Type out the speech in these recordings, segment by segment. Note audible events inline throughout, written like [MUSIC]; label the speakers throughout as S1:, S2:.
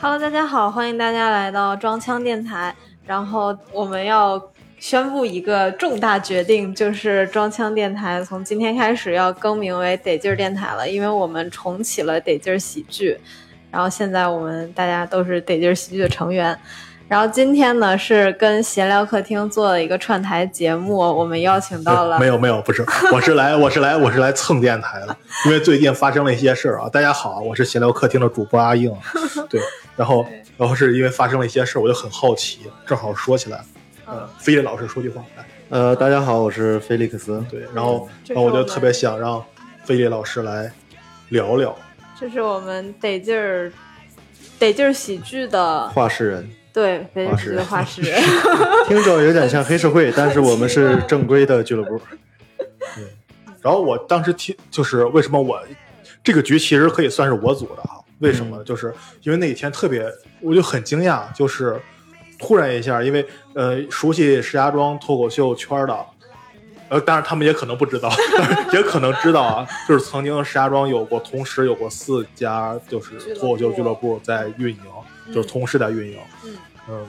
S1: Hello，大家好，欢迎大家来到装腔电台。然后我们要宣布一个重大决定，就是装腔电台从今天开始要更名为得劲儿电台了，因为我们重启了得劲儿喜剧。然后现在我们大家都是得劲儿喜剧的成员。然后今天呢是跟闲聊客厅做了一个串台节目，我们邀请到了
S2: 没有没有，不是， [LAUGHS] 我是来我是来我是来蹭电台的，因为最近发生了一些事儿啊。大家好，我是闲聊客厅的主播
S1: [LAUGHS]
S2: 阿硬，对，然后
S1: 对
S2: 然后是因为发生了一些事儿，我就很好奇，正好说起来，
S1: 嗯
S2: 呃，菲利老师说句话来，
S3: 呃，大家好，我是菲利克斯。
S2: 对，然后
S1: 这
S2: 然后我
S1: 是我们
S2: 就特别想让菲利老师来聊聊，
S1: 这是我们得劲儿得劲儿喜剧的
S3: 画事人，
S1: 对得劲儿喜剧的画
S2: [LAUGHS]
S3: 画
S1: 师。
S3: 听着有点像黑社会，但是我们是
S1: 嗯
S3: 正规的俱乐
S2: [LAUGHS]
S3: 部。
S2: 然后我当时听，就是为什么我这个局其实可以算是我组的哈？为什么呢？就是因为那一天特别，我就很惊讶，就是突然一下，因为呃，熟悉石家庄脱口秀圈儿的，呃，当然他们也可能不知道，但是也可能知道啊，就是曾经石家庄有过，同时有过四家就是脱口秀俱乐部在运营，就是同时在运营，
S1: [LAUGHS] 嗯
S2: 嗯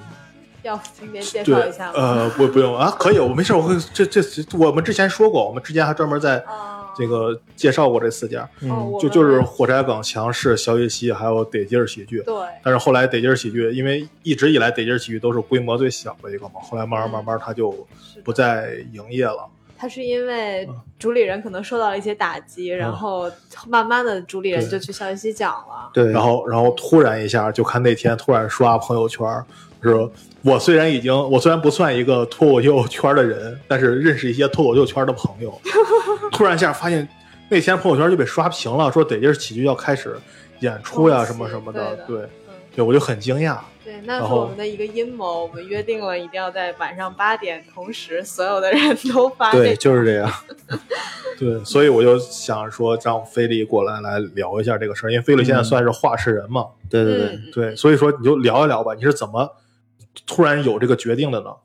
S1: 要分别介
S2: 对
S1: 绍一下，吗？
S2: 呃，不不用啊，可以，我没事，我会这这我们之前说过，我们之前还专门在
S1: 啊，
S2: 呃这个介绍过这四家，
S1: 哦
S3: 嗯，
S1: 我
S2: 就
S1: 们
S2: 就是火柴港、强势、小野西，还有得劲儿喜剧。
S1: 对，
S2: 但是后来得劲儿喜剧，因为一直以来得劲儿喜剧都是规模最小的一个嘛，后来慢慢慢慢它就是
S1: 嗯的
S2: 不再营业了。
S1: 他是因为
S2: 嗯
S1: 主理人可能受到了一些打击，然后慢慢的主理人就去消息讲了。
S3: 对，
S2: 然后然后突然一下，就看那天突然刷朋友圈儿，就是我虽然已经我虽然不算一个脱口秀圈儿的人，但是认识一些脱口秀圈儿的朋友，突然一下发现那天朋友圈就被刷屏了，说得劲儿喜剧要开始演出呀
S1: 重启
S2: 什么什么
S1: 对的
S2: 对
S1: 嗯，
S2: 对，我就很惊讶。
S1: 对，那
S2: 然
S1: 是
S2: 后
S1: 我们的一个阴谋，我们约定了一定要在晚上八点同时，所有的人都发这
S3: 对，就是这样。
S2: 对，所以我就想说让菲利过来来聊一下这个事儿，因为菲利现在算是话事人嘛，
S3: 对对对，
S1: 嗯，
S2: 对，所以说你就聊一聊吧，你是怎么突然有这个决定的呢？
S1: 嗯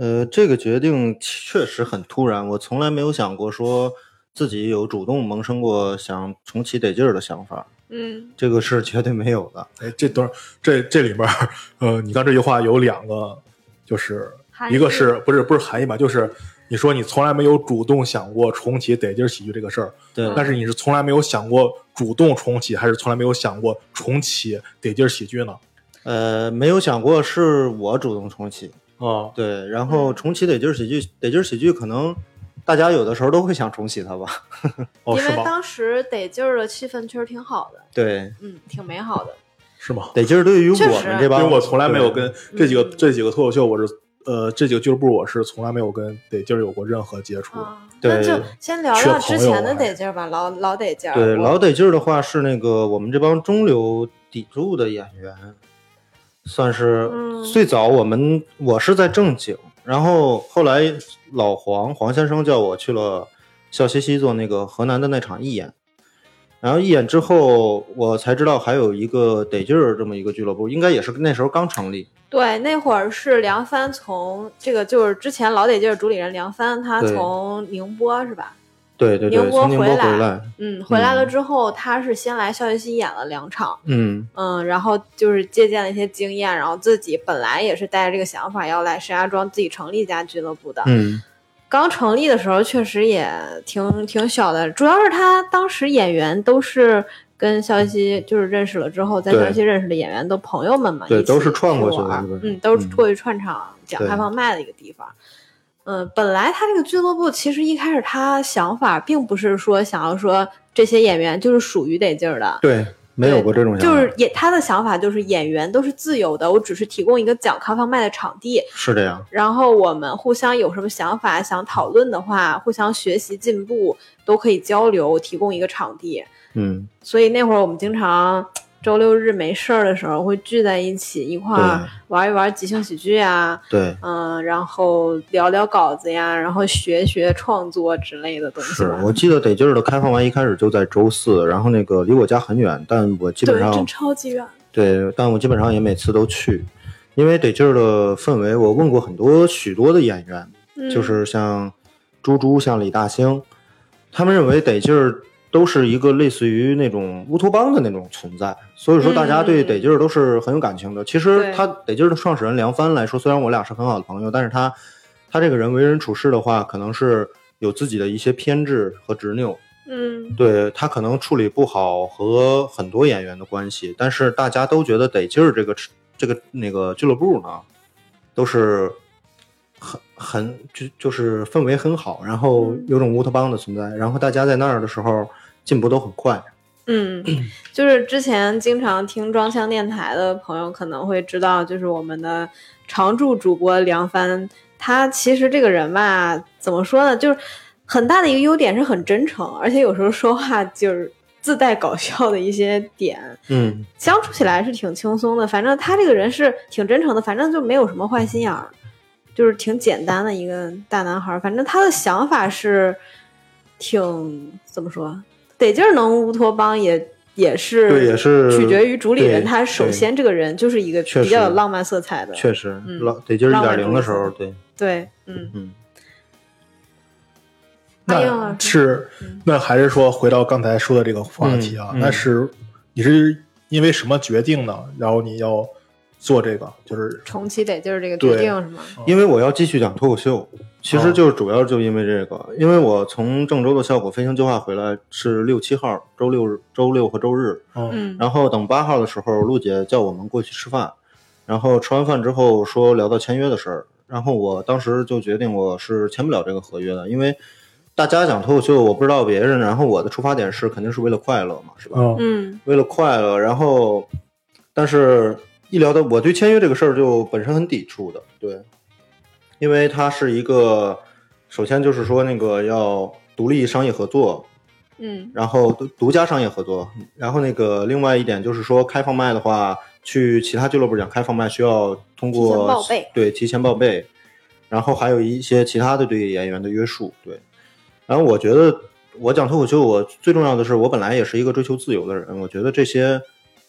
S3: 呃，这个决定确实很突然，我从来没有想过说自己有主动萌生过想重启得劲儿的想法，
S1: 嗯，
S3: 这个是绝对没有的。
S2: 哎，这段这这里边儿，呃，你刚这句话有两个，就是
S1: 含义
S2: 一个是不是不是含义吧？就是你说你从来没有主动想过重启得劲儿喜剧这个事儿，
S3: 对，
S1: 嗯
S2: 但是你是从来没有想过主动重启，还是从来没有想过重启得劲儿喜剧呢？
S3: 呃，没有想过是我主动重启。
S2: 啊、
S3: 对，然
S1: 嗯
S3: 后重启得劲儿喜剧，得劲儿喜剧可能大家有的时候都会想重启它吧。
S2: 哦，
S1: 因
S2: 是
S1: 为
S2: 吗？
S1: 当时得劲儿的气氛确实挺好的，
S3: 对，
S1: 嗯，挺美好的。
S2: 是吗？
S3: 得劲儿对于
S1: 确
S3: 我
S1: 实
S3: 们这
S2: 因
S3: 帮，
S2: 为我从来没有跟这几个
S1: 嗯
S2: 这几个脱口秀，我是呃这几个俱乐部，我是从来没有跟得劲儿有过任何接触。
S1: 啊，
S3: 对
S1: 那就先聊
S2: 缺
S1: 聊
S2: 朋
S1: 之
S2: 友
S1: 前
S2: 啊
S1: 的得劲儿吧，老老得劲儿，
S3: 对，
S1: 我
S3: 老得劲儿的话是那个我们这帮中流砥柱的演员，算是
S1: 嗯
S3: 最早我们我是在正经，然后后来老黄黄先生叫我去了笑嘻嘻做那个河南的那场义演，然后义演之后我才知道还有一个得劲儿这么一个俱乐部，应该也是那时候刚成立。
S1: 对，那会儿是梁帆从这个就是之前老得劲儿主理人梁帆，他
S3: 对
S1: 从宁波是吧？
S3: 对对
S1: 宁
S3: 对，
S1: 波
S3: 从宁波
S1: 回来
S3: 回来，
S1: 嗯，回来了之后，他是先来校园系演了两场，
S3: 嗯，
S1: 嗯，然后就是借鉴了一些经验，然后自己本来也是带着这个想法要来石家庄自己成立一家俱乐部的。
S3: 嗯，
S1: 刚成立的时候确实也挺挺小的，主要是他当时演员都是。跟肖西就是认识了之后，在
S3: 嗯对
S1: 肖西认识的演员都朋友们嘛，
S3: 对
S1: 一起
S3: 都是串过去的
S1: 玩儿
S3: 对不对
S1: 嗯，都是
S3: 嗯
S1: 过去串场讲
S3: 对
S1: 开放麦的一个地方。嗯，本来他这个俱乐部其实一开始他想法并不是说想要说这些演员就是属于得劲儿的，
S3: 对，没有过这种想
S1: 就
S3: 法，
S1: 是也他的想法就是演员都是自由的，我只是提供一个讲开放麦的场地，
S3: 是这样，
S1: 然后我们互相有什么想法想讨论的话，互相学习进步都可以交流，提供一个场地。
S3: 嗯，
S1: 所以那会儿我们经常周六日没事儿的时候会聚在一起一块儿
S3: 对
S1: 玩一玩即兴喜剧啊，
S3: 对，
S1: 嗯，然后聊聊稿子呀，然后学学创作之类的东西
S3: 是
S1: 吧。
S3: 我记得得劲儿的开放完一开始就在周四，然后那个离我家很远，但我基本
S1: 对，真
S3: 上
S1: 超级远。
S3: 对，但我基本上也每次都去，因为得劲儿的氛围，我问过很多许多的演员，
S1: 嗯、
S3: 就是像猪猪、像李大兴，他们认为得劲儿都是一个类似于那种乌托邦的那种存在，所以说大家对
S1: 嗯
S3: 得劲儿都是很有感情的。其
S1: 对
S3: 实他得劲儿的创始人梁帆来说，虽然我俩是很好的朋友，但是他他这个人为人处事的话，可能是有自己的一些偏执和执拗，
S1: 嗯
S3: 对他可能处理不好和很多演员的关系，但是大家都觉得得劲儿这个这个那个俱乐部呢，都是很很就就是氛围很好，然后有种乌托邦的存在，然后大家在那儿的时候进步都很快。
S1: 嗯， [CLEARS THROAT] 就是之前经常听装腔电台的朋友可能会知道，就是我们的常驻主播梁帆，他其实这个人吧，怎么说呢，就是很大的一个优点是很真诚，而且有时候说话就是自带搞笑的一些点，
S3: 嗯，
S1: 相处起来是挺轻松的。反正他这个人是挺真诚的，反正就没有什么坏心眼儿，就是挺简单的一个大男孩儿。反正他的想法是挺怎么说，得劲儿能乌托邦也也是
S3: 对，也是
S1: 取决于主理人。
S3: 对
S1: 他首先这个人就是一个
S3: 确实
S1: 比较有浪漫色彩的，
S3: 确实
S1: 嗯
S3: 老得劲儿一
S1: 浪漫
S3: 点
S1: 主
S3: 零
S1: 义
S3: 的时
S1: 思
S3: 候，
S1: 想
S3: 对，
S1: 对，嗯
S3: 嗯，
S1: 哎呀
S2: 那是
S1: 嗯
S2: 那还是说回到刚才说的这个话题啊，
S3: 嗯嗯
S2: 那是你是因为什么决定呢？然后你要做这个，就是
S1: 重启得劲儿这个决
S2: 对
S1: 定是吗？
S3: 因为我要继续讲脱口秀，其实
S2: 哦
S3: 就是主要就因为这个，因为我从郑州的效果飞行计划回来是六七号，周六日、周六和周日，
S2: 嗯
S1: 嗯
S3: 然后等八号的时候，陆姐叫我们过去吃饭，然后吃完饭之后说聊到签约的事儿，然后我当时就决定我是签不了这个合约的，因为大家讲脱口秀，我不知道别人，然后我的出发点是肯定是为了快乐嘛，是吧？
S2: 嗯
S1: 嗯
S3: 为了快乐，然后，但是一聊到我对签约这个事儿就本身很抵触的，对，因为它是一个，首先就是说那个要独立商业合作，
S1: 嗯
S3: 然后独独家商业合作，然后那个另外一点就是说开放麦的话，去其他俱乐部讲开放麦需要通过
S1: 提前报备
S3: 对提前报备，然后还有一些其他的对演员的约束，对。然后我觉得我讲脱口秀，我最重要的是我本来也是一个追求自由的人，我觉得这些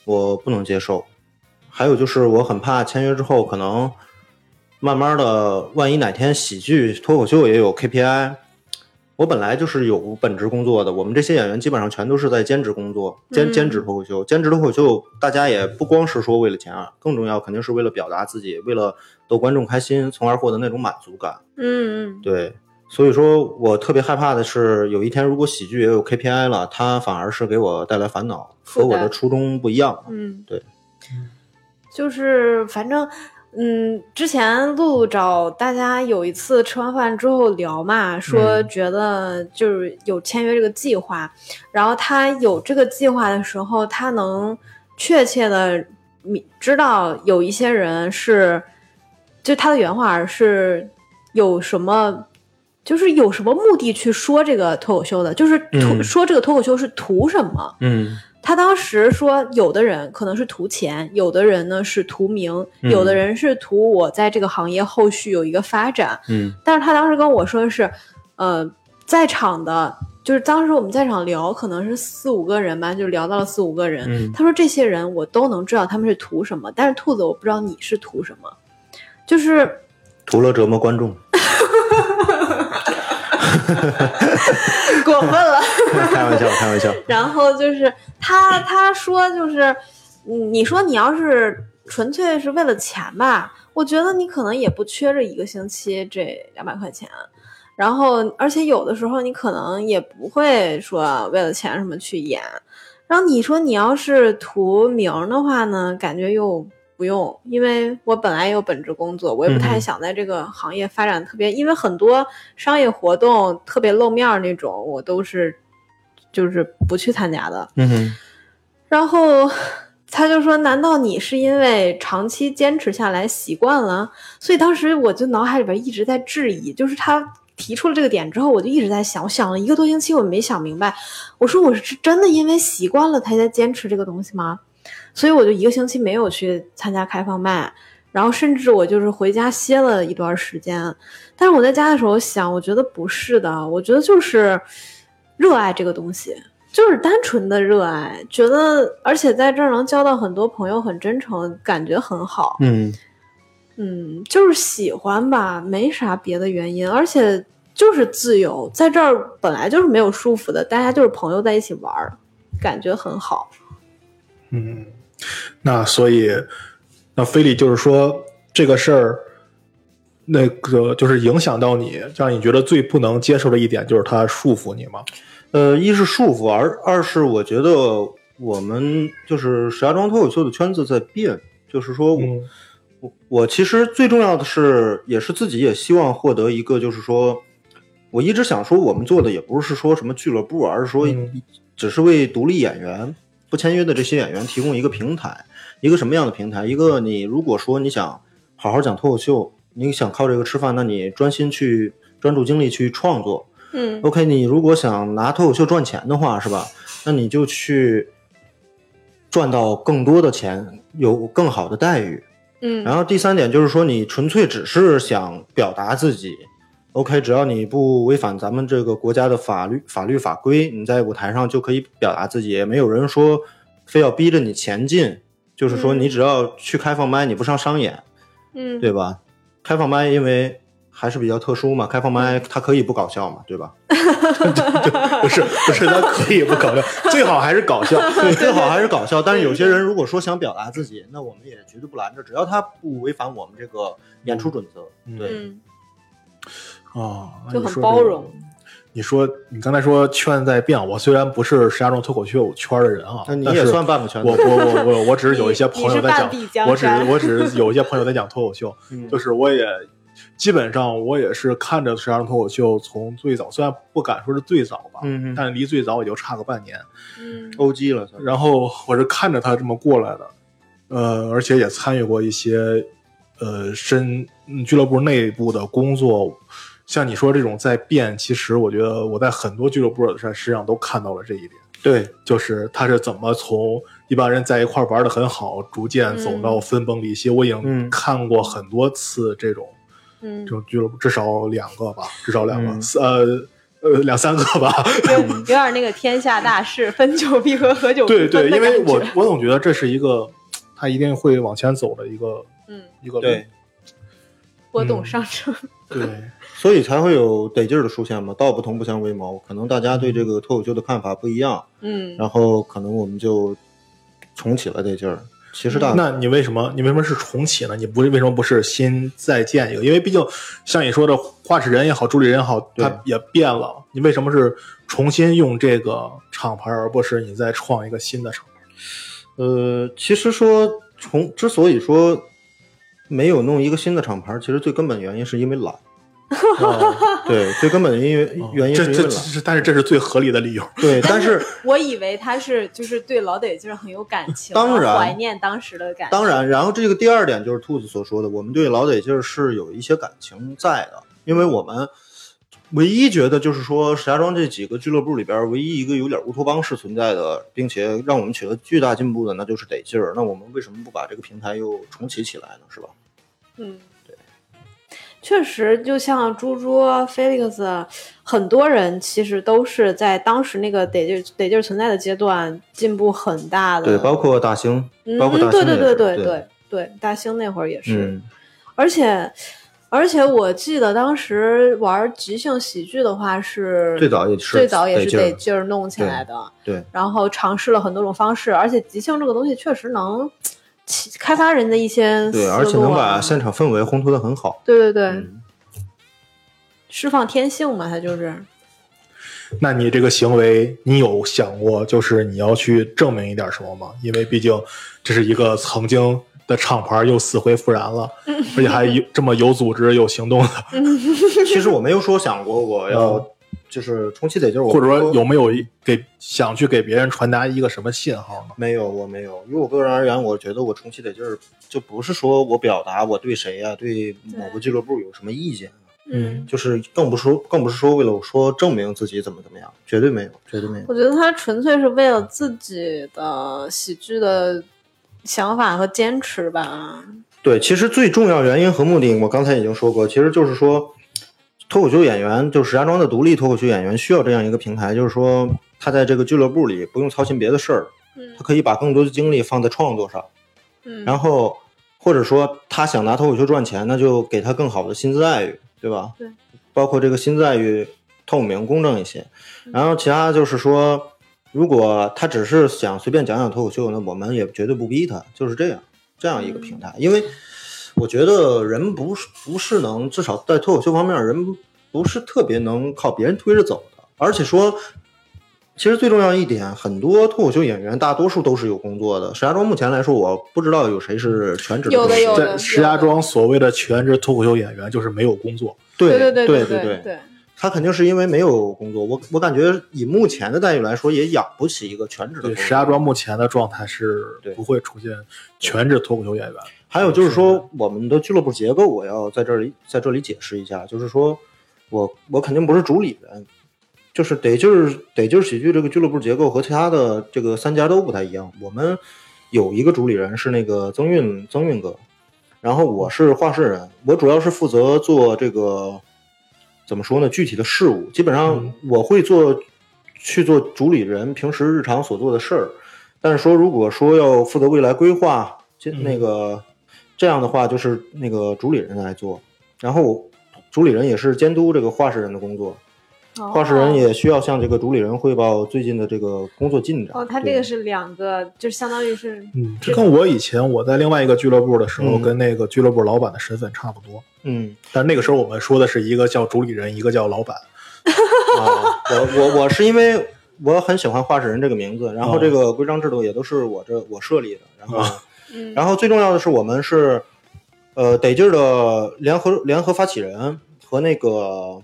S3: 我不能接受。还有就是我很怕签约之后可能慢慢的，万一哪天喜剧脱口秀也有 KPI，我本来就是有本职工作的，我们这些演员基本上全都是在兼职工作，兼
S1: 嗯
S3: 兼职脱口秀，兼职脱口秀，大家也不光是说为了钱啊，更重要肯定是为了表达自己，为了逗观众开心，从而获得那种满足感。
S1: 嗯嗯
S3: 对，所以说我特别害怕的是，有一天如果喜剧也有 KPI 了，它反而是给我带来烦恼，和我
S1: 负担
S3: 的初衷不一样。
S1: 嗯，
S3: 对，
S1: 就是反正。嗯，之前露露找大家有一次吃完饭之后聊嘛，说
S3: 嗯
S1: 觉得就是有签约这个计划，然后他有这个计划的时候，他能确切的知道有一些人是，就他的原话是有什么，就是有什么目的去说这个脱口秀的，就是图、
S3: 嗯
S1: 说这个脱口秀是图什么，
S3: 嗯
S1: 他当时说，有的人可能是图钱，有的人呢是图名，
S3: 嗯
S1: 有的人是图我在这个行业后续有一个发展。
S3: 嗯
S1: 但是他当时跟我说是，呃，在场的，就是当时我们在场聊，可能是四五个人吧，就聊到了四五个人。
S3: 嗯
S1: 他说这些人我都能知道他们是图什么，但是兔子我不知道你是图什么，就是
S3: 除了折磨观 [LAUGHS] 众，
S1: 过分了。
S3: 开玩笑，开玩笑。
S1: 然后就是他他说就是，嗯你说你要是纯粹是为了钱吧，我觉得你可能也不缺这一个星期这两百块钱。然后，而且有的时候你可能也不会说为了钱什么去演。然后你说你要是图名儿的话呢，感觉又不用，因为我本来有本职工作，我也不太
S3: 嗯
S1: 想在这个行业发展特别，因为很多商业活动特别露面儿那种，我都是就是不去参加的。
S3: 嗯哼，
S1: 然后他就说：“难道你是因为长期坚持下来习惯了？”所以当时我就脑海里边一直在质疑，就是他提出了这个点之后，我就一直在想，我想了一个多星期，我没想明白，我说我是真的因为习惯了才在坚持这个东西吗？所以我就一个星期没有去参加开放麦。然后甚至我就是回家歇了一段时间，但是我在家的时候想，我觉得不是的，我觉得就是热爱这个东西，就是单纯的热爱，觉得而且在这儿能交到很多朋友，很真诚，感觉很好。
S3: 嗯
S1: 嗯，就是喜欢吧，没啥别的原因。而且就是自由，在这儿本来就是没有束缚的，大家就是朋友在一起玩儿，感觉很好。
S2: 嗯，那所以，那非礼就是说这个事儿，那个就是影响到你，让你觉得最不能接受的一点就是他束缚你嘛。
S3: 呃，一是束缚，而二是我觉得我们就是石家庄脱口秀的圈子在变，就是说
S2: [LAUGHS]
S3: 我、
S2: 嗯
S3: 我我其实最重要的是，也是自己也希望获得一个，就是说，我一直想说，我们做的也不是说什么俱乐部，而是说
S2: 嗯
S3: 一，只是为独立演员、不签约的这些演员提供一个平台，一个什么样的平台？一个你如果说你想好好讲脱口秀，你想靠这个吃饭，那你专心去专注精力去创作，
S1: 嗯
S3: OK，你如果想拿脱口秀赚钱的话，是吧？那你就去赚到更多的钱，有更好的待遇。
S1: 嗯
S3: 然后第三点就是说，你纯粹只是想表达自己，OK，只要你不违反咱们这个国家的法律法律法规，你在舞台上就可以表达自己，也没有人说非要逼着你前进。就是说，
S1: 嗯
S3: 你只要去开放麦，你不上商演，
S1: 嗯，
S3: 对吧？开放麦因为还是比较特殊嘛，开放麦它可以不搞笑嘛，对 [LAUGHS] 吧？
S2: 不是不是，他可以不搞笑，最好还是搞笑。
S3: 对，最好还是搞笑。但是有些人如果说想表达自己，那我们也绝对不拦着，只要他不违反我们这个演出准则。
S2: 嗯
S3: 对，
S1: 嗯，
S2: 啊，那
S1: 就
S2: 你
S1: 很
S2: 说这
S1: 包
S2: 个
S1: 容。
S2: 你说你刚才说圈在变，我虽然不是石家庄脱口秀圈的人啊，
S3: 那你
S2: 但
S3: 也
S2: 是
S3: 算半个圈子
S2: 我我我我我只是有一些
S1: 你
S2: 朋友在
S1: 你
S2: 讲
S1: 是半壁江，
S2: 我只
S1: 山
S2: 我只是有一些朋友在讲脱口秀，
S3: 嗯
S2: 就是我也基本上我也是看着石家庄脱口秀从最早，虽然不敢说是最早吧，
S3: 嗯嗯
S2: 但离最早也就差个半年。
S1: 嗯
S3: ，OG 了算是。
S2: 然后我是看着他这么过来的，呃，而且也参与过一些呃深嗯俱乐部内部的工作。像你说这种在变，其实我觉得我在很多俱乐部上实际上都看到了这一点，
S3: 对，
S2: 就是他是怎么从一帮人在一块儿玩的很好，逐渐走到分崩离析。我已经
S3: 嗯
S2: 看过很多次这种
S1: 嗯
S2: 这，种俱乐部，至少两个吧，至少两个，
S3: 嗯
S2: 四呃呃两三个吧。
S1: 有有点那个天下大势，分久必合，合久必
S2: 对
S1: 分
S2: 对，
S1: 的
S2: 因为
S1: 感觉
S2: 我我总觉得这是一个，他一定会往前走的一个
S1: 嗯
S2: 一个路
S3: 对
S1: 波
S2: 嗯
S1: 动上
S2: [LAUGHS]
S1: 升，
S3: [LAUGHS]
S2: 对，
S3: 所以才会有得劲儿的出现嘛。道不同不相为谋，可能大家对这个脱口秀的看法不一样，
S1: 嗯
S3: 然后可能我们就重启了这劲儿。其实大，
S2: 嗯那你为什么你为什么是重启呢？你不是为什么不是新再建一个？因为毕竟像你说的，话事人也好，主理人也好，
S3: 对
S2: 他也变了。你为什么是重新用这个厂牌，而不是你再创一个新的厂牌？
S3: 呃，其实说从之所以说没有弄一个新的厂牌，其实最根本原因是因为懒。 [LAUGHS] 对，最根本的因为原因
S2: 哦嗯这
S3: 是因
S2: 这
S3: 为
S2: 这
S3: 懒。
S2: 这，但是这是最合理的理由。
S3: 对，但是
S1: 我以为他是就是对老得劲儿很有感情，啊
S3: 当然
S1: 怀念当时的感觉，
S3: 当然，然后这个第二点就是兔子所说的，我们对老得劲儿是有一些感情在的，因为我们唯一觉得就是说石家庄这几个俱乐部里边儿唯一一个有点乌托邦式存在的，并且让我们取得巨大进步的，那就是得劲儿。那我们为什么不把这个平台又重启起来呢？是吧？
S1: 嗯，对，确实，就像猪猪、Felix，很多人其实都是在当时那个得劲儿得劲儿存在的阶段进步很大的，
S3: 对，包括大兴，
S1: 嗯，
S3: 包括大兴
S1: 对
S3: 也
S1: 对
S3: 是
S1: 对对
S3: 对
S1: 对对，大兴那会儿也是，
S3: 嗯，
S1: 而且而且我记得当时玩即兴喜剧的话是
S3: 最早也是
S1: 最早也是
S3: 得
S1: 得
S3: 劲儿
S1: 劲儿弄起来的，
S3: 对，
S1: 然后尝试了很多种方式，而且即兴这个东西确实能起开发人的一些
S3: 对，
S1: 思
S3: 而且
S1: 路
S3: 能
S1: 啊
S3: 把现场氛围烘托的很好。
S1: 对对对。
S3: 嗯
S1: 释放天性嘛，它就是，
S2: 那你这个行为，你有想过就是你要去证明一点什么吗？因为毕竟这是一个曾经的厂牌又死灰复燃
S1: [LAUGHS]
S2: 了，而且还有这么有组织、有行动的，
S3: 其实我没有说想过我要就是重启得劲儿，
S2: 嗯
S3: 我
S2: 或者
S3: 不
S2: 说有没有给想去给别人传达一个什么信号呢？
S3: 没有，我没有。因为我个人而言，我觉得我重启得劲儿，就不是说我表达我对谁呀、对某个俱乐部有什么意见，
S2: 嗯，
S3: 就是更不说，更不是说为了我说证明自己怎么怎么样，绝对没有，绝对没有。
S1: 我觉得他纯粹是为了自己的喜剧的想法和坚持吧。
S3: 对，其实最重要原因和目的，我刚才已经说过，其实就是说，脱口秀演员，就石家庄的独立脱口秀演员需要这样一个平台，就是说他在这个俱乐部里不用操心别的事儿，
S1: 嗯
S3: 他可以把更多的精力放在创作上。
S1: 嗯，
S3: 然后或者说他想拿脱口秀赚钱，那就给他更好的薪资待遇，对吧？
S1: 对。
S3: 包括这个新在于透明公正一些。然后其他就是说，如果他只是想随便讲讲脱口秀，那我们也绝对不逼他，就是这样这样一个平台。因为我觉得人不是不是能，至少在脱口秀方面，人不是特别能靠别人推着走的。而且说，其实最重要一点，很多脱口秀演员大多数都是有工作的。石家庄目前来说，我不知道有谁是全职
S1: 有
S3: 工
S1: 的
S3: 作
S1: 有的
S2: 在石家庄所谓的全职脱口秀演员就是没有工作，
S3: 对
S1: 对对
S3: 对
S1: 对
S3: 对，他肯定是因为没有工作。我我感觉以目前的待遇来说，也养不起一个全职的
S2: 对
S3: 工作。
S2: 石家庄目前的状态是
S3: 对
S2: 不会出现全职脱口秀演员。
S3: 还有就是说，我们的俱乐部结构，我要在这里在这里解释一下，就是说我我肯定不是主理人，就是得劲儿得劲儿喜剧这个俱乐部结构和其他的这个三家都不太一样。我们有一个主理人是那个曾韵曾韵哥，然后我是话事人，我主要是负责做这个怎么说呢具体的事务，基本上
S2: 嗯
S3: 我会做去做主理人平时日常所做的事儿。但是说如果说要负责未来规划，这
S2: 嗯
S3: 那个、这样的话，就是那个主理人来做，然后我主理人也是监督这个画室人的工作，
S1: 哦对，
S3: 画室人也需要向这个主理人汇报最近的这个工作进展。
S1: 哦，他这
S3: 对
S1: 个是两个，就相当于是
S2: 嗯，这跟我以前我在另外一个俱乐部的时候，
S3: 嗯
S2: 跟那个俱乐部老板的身份差不多。
S3: 嗯
S2: 但那个时候我们说的是一个叫主理人，一个叫老板。
S3: 啊，我我我是因为我很喜欢画室人这个名字，然后这个规章制度也都是我这我设立的，然后、
S2: 啊
S1: 嗯，
S3: 然后最重要的是我们是呃得劲儿的联合联合发起人和那个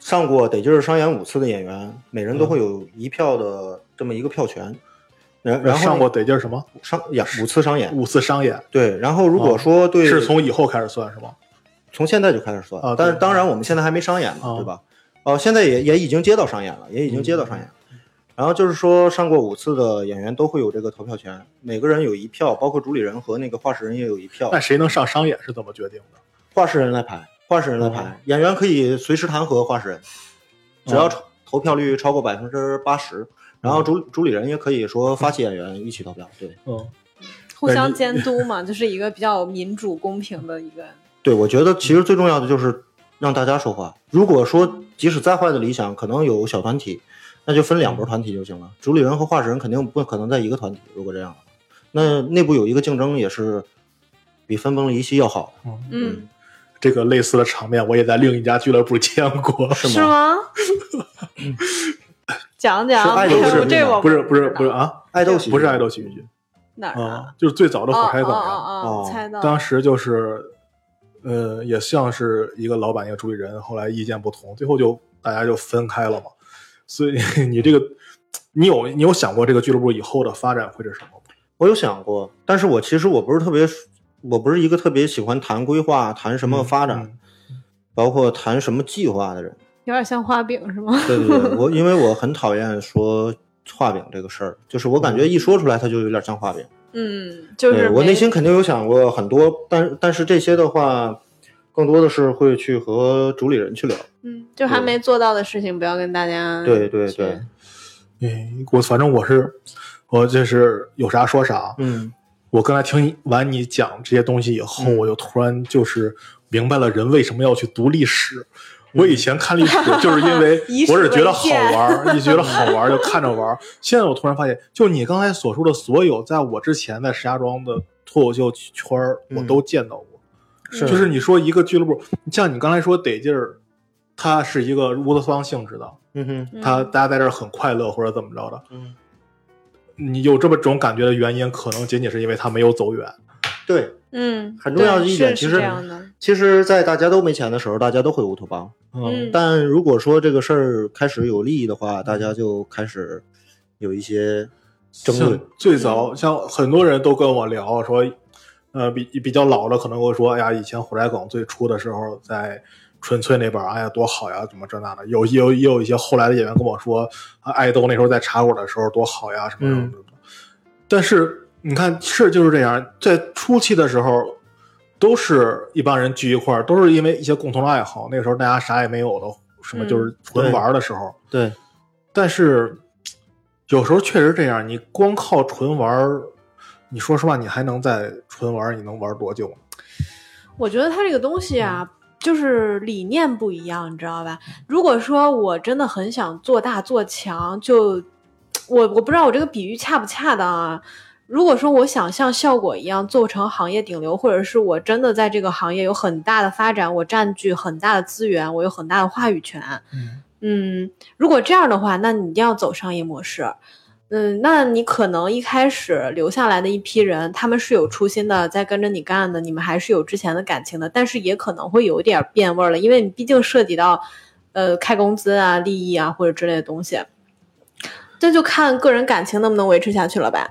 S3: 上过得劲儿商演五次的演员，每人都会有一票的这么一个票权。然然后
S2: 上过得劲儿什么
S3: 商演五次商演，
S2: 五次商演，
S3: 对。然后如果说对，
S2: 啊是从以后开始算是吗？
S3: 从现在就开始算，
S2: 啊
S3: 但是
S2: 对
S3: 当然我们现在还没商演嘛，
S2: 啊
S3: 对吧？哦、现在也也已经接到商演了，也已经接到商演。
S2: 嗯
S3: 然后就是说，上过五次的演员都会有这个投票权，每个人有一票，包括主理人和那个画室人也有一票。
S2: 那谁能上商演是怎么决定的？
S3: 画室人来排，画室人来排，
S2: 哦
S3: 演员可以随时弹劾画室人，只要超投票率超过百分之八十，然
S2: 哦
S3: 后主主理人也可以说发起演员一起投票。对，
S2: 嗯，
S1: 互相监督嘛，就是一个比较民主公平的一个。
S3: 对我觉得其实最重要的就是让大家说话。如果说即使再坏的理想，可能有小团体，那就分两拨团体就行了。主理人和画室人肯定不可能在一个团体，如果这样的话，那内部有一个竞争也是比分崩离析要好的。
S1: 嗯，
S2: 这个类似的场面我也在另一家俱乐部见过。
S1: 嗯是吗？
S3: [LAUGHS]
S1: 讲讲
S3: 是，爱
S1: 这
S3: 豆是
S1: 我这我
S2: 不是不是
S1: 知道
S2: 不是啊，
S3: 爱豆喜剧嗯
S2: 不是爱豆喜剧
S1: 哪儿啊？
S2: 啊，就是最早的
S1: 哦哦
S2: 火柴梗
S1: 哦
S2: 呀。
S1: 哦
S3: 哦
S1: 哦，猜到
S2: 当时就是，呃，也像是一个老板一个主理人，后来意见不同，最后就大家就分开了嘛。所以 [LAUGHS] 你这个，你有你有想过这个俱乐部以后的发展会是什么吗？
S3: 我有想过，但是我其实我不是特别，我不是一个特别喜欢谈规划、谈什么发展，
S2: 嗯
S3: 包括谈什么计划的人。
S1: 有点像画饼是吗？
S3: 对对对，我因为我很讨厌说画饼这个事儿，就是我
S2: 嗯
S3: 感觉一说出来它就有点像画饼。
S1: 嗯，就是
S3: 对我
S1: 没
S3: 内心肯定有想过很多，但但是这些的话，更多的是会去和主理人去聊。
S1: 嗯，就还没做到的事情，不要跟大家
S3: 对对
S1: 去
S3: 对，
S2: 嗯，我反正我是，我就是有啥说啥。
S3: 嗯
S2: 我刚才听你完你讲这些东西以后，
S3: 嗯
S2: 我就突然就是明白了人为什么要去读历
S3: 嗯
S2: 史。我以前看历
S3: [LAUGHS]
S2: 史，就是因为
S1: 以史
S2: 我是觉得
S1: 为
S2: 好
S1: 鉴
S2: 玩儿，一觉得好玩儿就看着玩
S3: [LAUGHS]
S2: 儿。现在我突然发现，就你刚才所说的所有，在我之前在石家庄的脱口秀圈儿，
S3: 嗯
S2: 我都见到过。
S3: 是
S2: 就是你说一个俱乐部，像你刚才说得劲儿，它是一个乌托邦性质的，
S3: 嗯哼
S1: 嗯
S2: 它大家在这儿很快乐或者怎么着的。
S3: 嗯，
S2: 你有这么种感觉的原因，可能仅仅是因为它没有走远。
S3: 对。
S1: 嗯，
S3: 很重要的一点
S1: 对是
S3: 其
S1: 是
S3: 实
S1: 这样的，
S3: 其实，在大家都没钱的时候，大家都会乌托邦。
S1: 嗯
S3: 但如果说这个事儿开始有利益的话，大家就开始有一些争论
S2: 像。最早像很多人都跟我聊说，呃，比比较老的可能会说，哎呀，以前火柴梗最初的时候在纯粹那边儿，哎呀多好呀，怎么这那的。有也有也有一些后来的演员跟我说，啊爱豆那时候在茶馆的时候多好呀，什么
S3: 嗯
S2: 什么什么。但是你看，是就是这样，在初期的时候。都是一帮人聚一块儿，都是因为一些共同的爱好。那个时候大家啥也没有的，什么
S1: 嗯
S2: 就是纯
S3: 对
S2: 玩儿的时候，
S3: 对，
S2: 但是有时候确实这样，你光靠纯玩儿，你说实话，你还能在纯玩儿，你能玩儿多久呢？
S1: 我觉得它这个东西啊，就是理念不一样，你知道吧？如果说我真的很想做大做强，就我我不知道我这个比喻恰不恰当啊。如果说我想像效果一样做成行业顶流，或者是我真的在这个行业有很大的发展，我占据很大的资源，我有很大的话语权，
S2: 嗯
S1: 嗯，如果这样的话，那你一定要走商业模式。嗯，那你可能一开始留下来的一批人，他们是有初心的，在跟着你干的，你们还是有之前的感情的，但是也可能会有一点变味儿了，因为你毕竟涉及到，呃，开工资啊、利益啊或者之类的东西，这就看个人感情能不能维持下去了吧。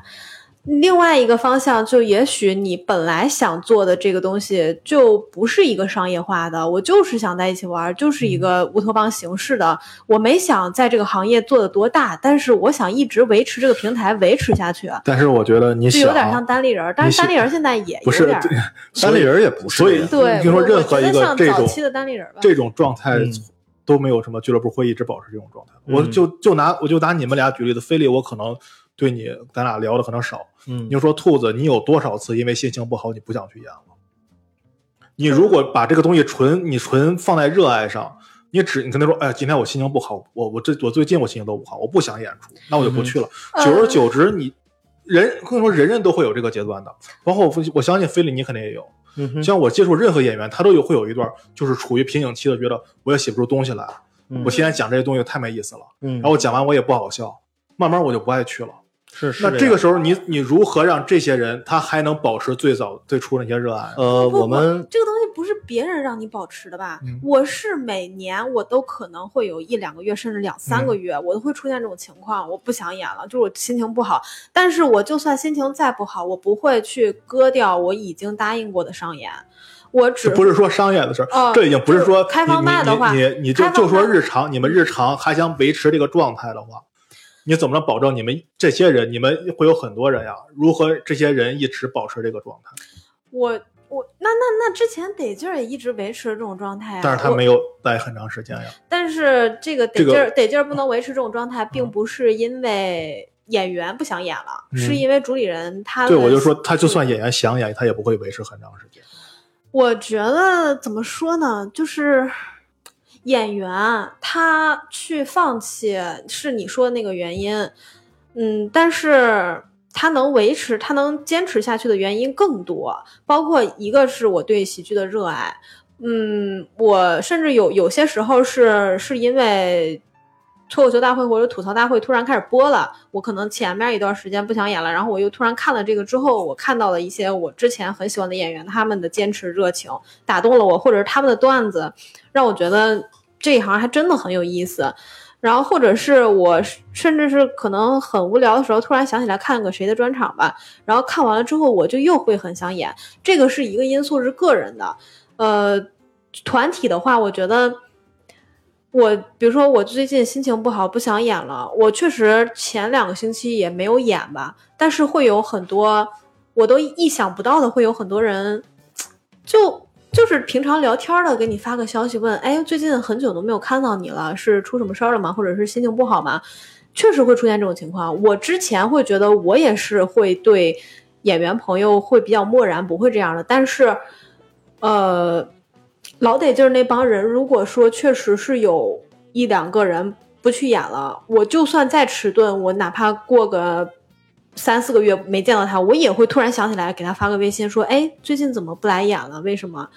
S1: 另外一个方向，就也许你本来想做的这个东西，就不是一个商业化的，我就是想在一起玩，就是一个乌托邦形式的，我没想在这个行业做的多大，但是我想一直维持这个平台维持下去，
S2: 但是我觉得你
S1: 就
S2: 想啊
S1: 有点像单立人儿，但是单立人儿现在也
S2: 不
S1: 有
S2: 是
S1: 点儿
S2: 对
S3: [LAUGHS] 单立人也不是
S2: 所
S3: 这
S2: 以
S3: 样，
S1: 对，
S2: 你说
S1: 我
S2: 任
S1: 我
S2: 何
S1: 觉得
S2: 一个
S1: 像
S2: 这
S1: 早
S2: 种
S1: 期的单立人儿吧，
S2: 这种状态
S3: 嗯
S2: 都没有什么俱乐部会一直保持这种状态。
S3: 嗯
S2: 我就就拿我就拿你们俩举例子，菲利我可能对你咱俩聊的可能少，
S3: 嗯
S2: 你就说兔子，你有多少次因为心情不好你不想去演了？你如果把这个东西纯你纯放在热爱上，你只你跟他说，哎，今天我心情不好，我我这我最近我心情都不好，我不想演出，那我就不去了。
S1: 嗯
S2: 久而久之，你人跟你说人人都会有这个阶段的，包括我分析我相信菲利你肯定也有。
S3: 嗯哼
S2: 像我接触任何演员，他都有会有一段就是处于瓶颈期的，觉得我也写不出东西来，
S3: 嗯
S2: 我现在讲这些东西太没意思了，
S3: 嗯，
S2: 然后我讲完我也不好笑，慢慢我就不爱去了。
S3: 是是
S2: 那
S3: 样
S2: 这个时候你你如何让这些人他还能保持最早最初那些热爱？
S3: 呃，
S1: 不
S3: 我们
S1: 这个东西不是别人让你保持的吧？
S2: 嗯
S1: 我是每年我都可能会有一两个月，甚至两三
S2: 嗯
S1: 个月，我都会出现这种情况，我不想演了，就是我心情不好。但是我就算心情再不好，我不会去割掉我已经答应过的商演，我只
S2: 这不是说商业的事儿，
S1: 哦
S2: 这已经不是说
S1: 就是开放麦的话
S2: 你你你你就
S1: 开放麦
S2: 就说日常，你们日常还想维持这个状态的话，你怎么能保证你们这些人，你们会有很多人呀？如何这些人一直保持这个状态？
S1: 我我那那那之前得劲儿也一直维持这种状态啊，
S2: 但是他
S1: 我
S2: 没有待很长时间呀。
S1: 但是这个得
S2: 这个
S1: 劲儿、得劲儿不能维持这种状态，并不是因为演员不想演了，
S2: 嗯
S1: 是因为主理人他们
S2: 对，我就说，他就算演员想演，他也不会维持很长时间。
S1: 我觉得怎么说呢，就是演员他去放弃是你说的那个原因，嗯，但是他能维持、他能坚持下去的原因更多，包括一个是我对喜剧的热爱，嗯，我甚至有有些时候是是因为。脱口秀大会或者吐槽大会突然开始播了，我可能前面一段时间不想演了，然后我又突然看了这个之后，我看到了一些我之前很喜欢的演员，他们的坚持热情打动了我，或者是他们的段子让我觉得这一行还真的很有意思。然后或者是我甚至是可能很无聊的时候，突然想起来看个谁的专场吧，然后看完了之后我就又会很想演，这个是一个因素是个人的，呃，团体的话，我觉得。我比如说，我最近心情不好，不想演了。我确实前两个星期也没有演吧，但是会有很多我都意想不到的，会有很多人就就是平常聊天的给你发个消息问，哎，最近很久都没有看到你了，是出什么事儿了吗？或者是心情不好吗？确实会出现这种情况。我之前会觉得我也是会对演员朋友会比较漠然，不会这样的，但是呃，老得劲儿那帮人，如果说确实是有一两个人不去演了，我就算再迟钝，我哪怕过个三四个月没见到他，我也会突然想起来给他发个微信说，哎，最近怎么不来演了？为什么？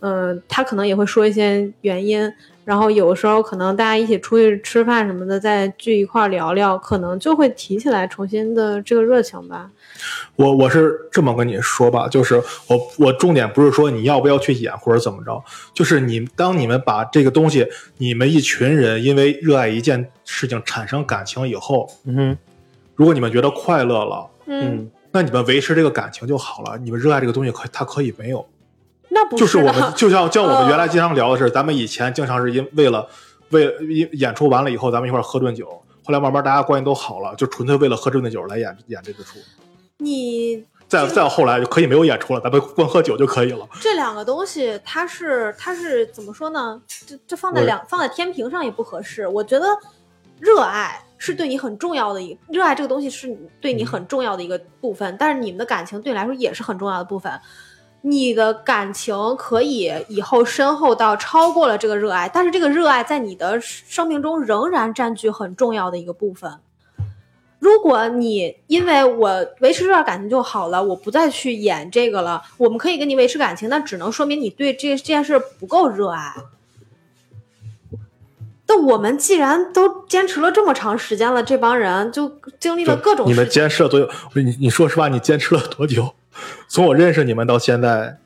S1: 嗯，他可能也会说一些原因，然后有时候可能大家一起出去吃饭什么的，再聚一块儿聊聊，可能就会提起来重新的这个热情吧。
S2: 我我是这么跟你说吧，就是我我重点不是说你要不要去演或者怎么着，就是你当你们把这个东西，你们一群人因为热爱一件事情产生感情以后，
S3: 嗯哼
S2: 如果你们觉得快乐了，
S1: 嗯，
S3: 嗯
S2: 那你们维持这个感情就好了。你们热爱这个东西可它可以没有，
S1: 那不
S2: 就是
S1: 的
S2: 我们 [LAUGHS] 就像像我
S1: 嗯
S2: 们原来经常聊的是，咱们以前经常是因为了为了因演出完了以后，咱们一块儿喝顿酒，后来慢慢大家关系都好了，就纯粹为了喝这顿酒来演演这个出。
S1: [LAUGHS] 你
S2: 再再后来就可以没有演出了，咱们光喝酒就可以了。
S1: 这两个东西，它是它是怎么说呢？这这放在
S2: 我
S1: 两放在天平上也不合适。我觉得热爱是对你很重要的一，热爱这个东西是你对你很重要的一个部分，但是你们的感情对你来说也是很重要的部分。你的感情可以以后深厚到超过了这个热爱，但是这个热爱在你的生命中仍然占据很重要的一个部分。如果你因为我维持这段感情就好了，我不再去演这个了，我们可以跟你维持感情，那只能说明你对这这件事不够热爱。那我们既然都坚持了这么长时间了，这帮人就经历了各种
S2: 你
S1: 事
S2: 们
S1: 情，
S2: 坚持了多久？不是你你说实话，你坚持了多久？ [LAUGHS] 从我认识你们到现在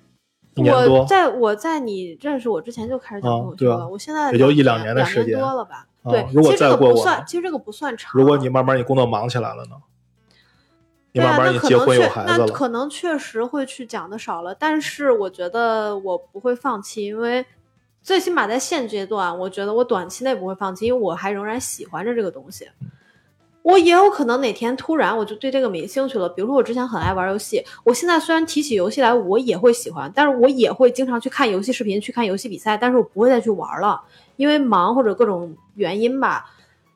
S2: 一年
S1: 我
S2: 多，
S1: 在我在你认识我之前就开始讲
S2: 啊
S1: 脱口秀
S2: 对啊
S1: 了，我现在
S2: 也就一
S1: 两
S2: 两年的
S1: 两
S2: 时间
S1: 多了吧。
S2: 啊
S1: 对，
S2: 如
S1: 其实
S2: 果
S1: 这
S2: 再
S1: 个
S2: 过
S1: 不
S2: 我
S1: 算
S2: 呢，
S1: 其实这个不算长。啊
S2: 如果你慢慢你工作忙起来了呢？你
S1: 对
S2: 慢
S1: 啊，
S2: 慢
S1: 那
S2: 你
S1: 可
S2: 结
S1: 能
S2: 婚
S1: 确
S2: 有孩子
S1: 那
S2: 了，
S1: 可能确实会去讲的少了，但是我觉得我不会放弃，因为最起码在现阶段，我觉得我短期内不会放弃，因为我还仍然喜欢着这个东西。我也有可能哪天突然我就对这个没兴趣了，比如说我之前很爱玩游戏，我现在虽然提起游戏来我也会喜欢，但是我也会经常去看游戏视频、去看游戏比赛，但是我不会再去玩了，因为忙或者各种原因吧，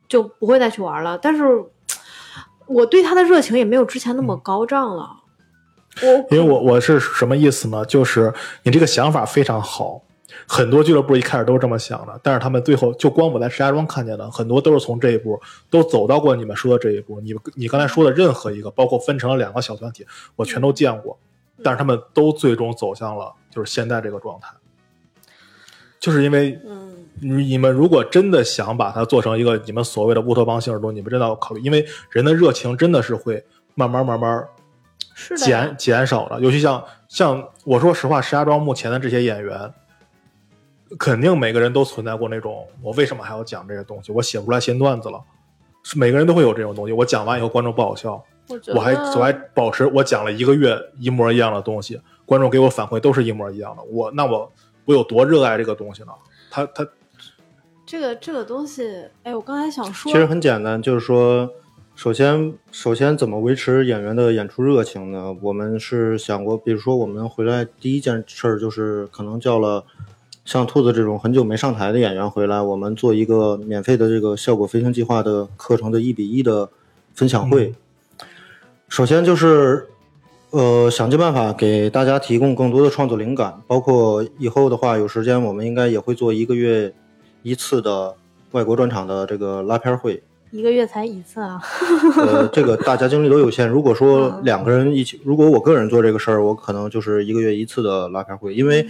S1: 就不会再去玩了。但是我对它的热情也没有之前那么高涨了。我
S2: 嗯因为我我是什么意思呢？就是你这个想法非常好，很多俱乐部一开始都是这么想的，但是他们最后就光我在石家庄看见的很多都是从这一步都走到过你们说的这一步。你你刚才说的任何一个，包括分成了两个小团体，我全都见过，但是他们都最终走向了就是现在这个状态，就是因为
S1: 嗯
S2: 你你们如果真的想把它做成一个你们所谓的乌托邦性的东西，你们真的要考虑，因为人的热情真的是会慢慢慢慢
S1: 是的呀
S2: 减减少了。尤其像像我说实话，石家庄目前的这些演员，肯定每个人都存在过那种我为什么还要讲这个东西？我写不出来新段子了，是每个人都会有这种东西。我讲完以后，观众不好笑，
S1: 我觉得
S2: 我还我还保持我讲了一个月一模一样的东西，观众给我反馈都是一模一样的。我那我我有多热爱这个东西呢？他他
S1: 这个这个东西，哎，我刚才想说，
S3: 其实很简单，就是说，首先首先怎么维持演员的演出热情呢？我们是想过，比如说我们回来第一件事儿就是可能叫了像兔子这种很久没上台的演员回来，我们做一个免费的这个效果飞行计划的课程的一比一的分享会。首先就是。呃，想尽办法给大家提供更多的创作灵感，包括以后的话，有时间我们应该也会做一个月一次的外国专场的这个拉片会。 [LAUGHS]
S1: 一个月才一次啊，
S3: 呃，这个大家精力都有限。如果说
S1: 嗯
S3: 两个人一起，如果我个人做这个事儿，我可能就是一个月一次的拉片会，
S1: 嗯
S3: 因为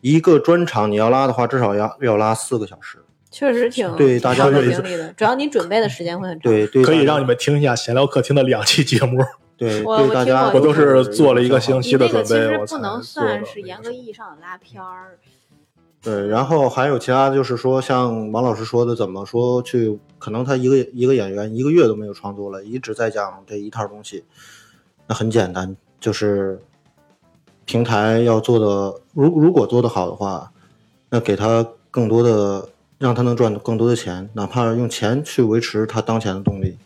S3: 一个专场你要拉的话，至少要要拉四个小时。
S1: 确实挺
S3: 对
S1: 挺
S3: 大
S2: 家
S1: 耗
S2: 都
S1: 费
S2: 有
S1: 精力的，主要你准备的时间会很长。
S3: 对对，
S2: 可以
S3: 大
S2: 让你们听一下闲聊客厅的两期节目。
S3: 对
S1: 我
S3: 对
S1: 我
S3: 大
S1: 听
S3: 家，
S1: 过
S2: 我都是做了一个
S3: 星。
S1: 你
S2: 星期的
S1: 那个
S2: 准
S1: 其
S2: 备，
S1: 实
S2: 我才
S1: 不能
S2: 做的
S1: 算是
S2: 那
S1: 严
S2: 个
S1: 格
S2: 什么
S1: 意义上的拉片儿，
S3: 对，然后还有其他就是说，像王老师说的，怎么说去？可能他一个一个演员一个月都没有创作了，一直在讲这一套东西。那很简单，就是平台要做的，如如果做得好的话，那给他更多的，让他能赚更多的钱，哪怕用钱去维持他当前的动力，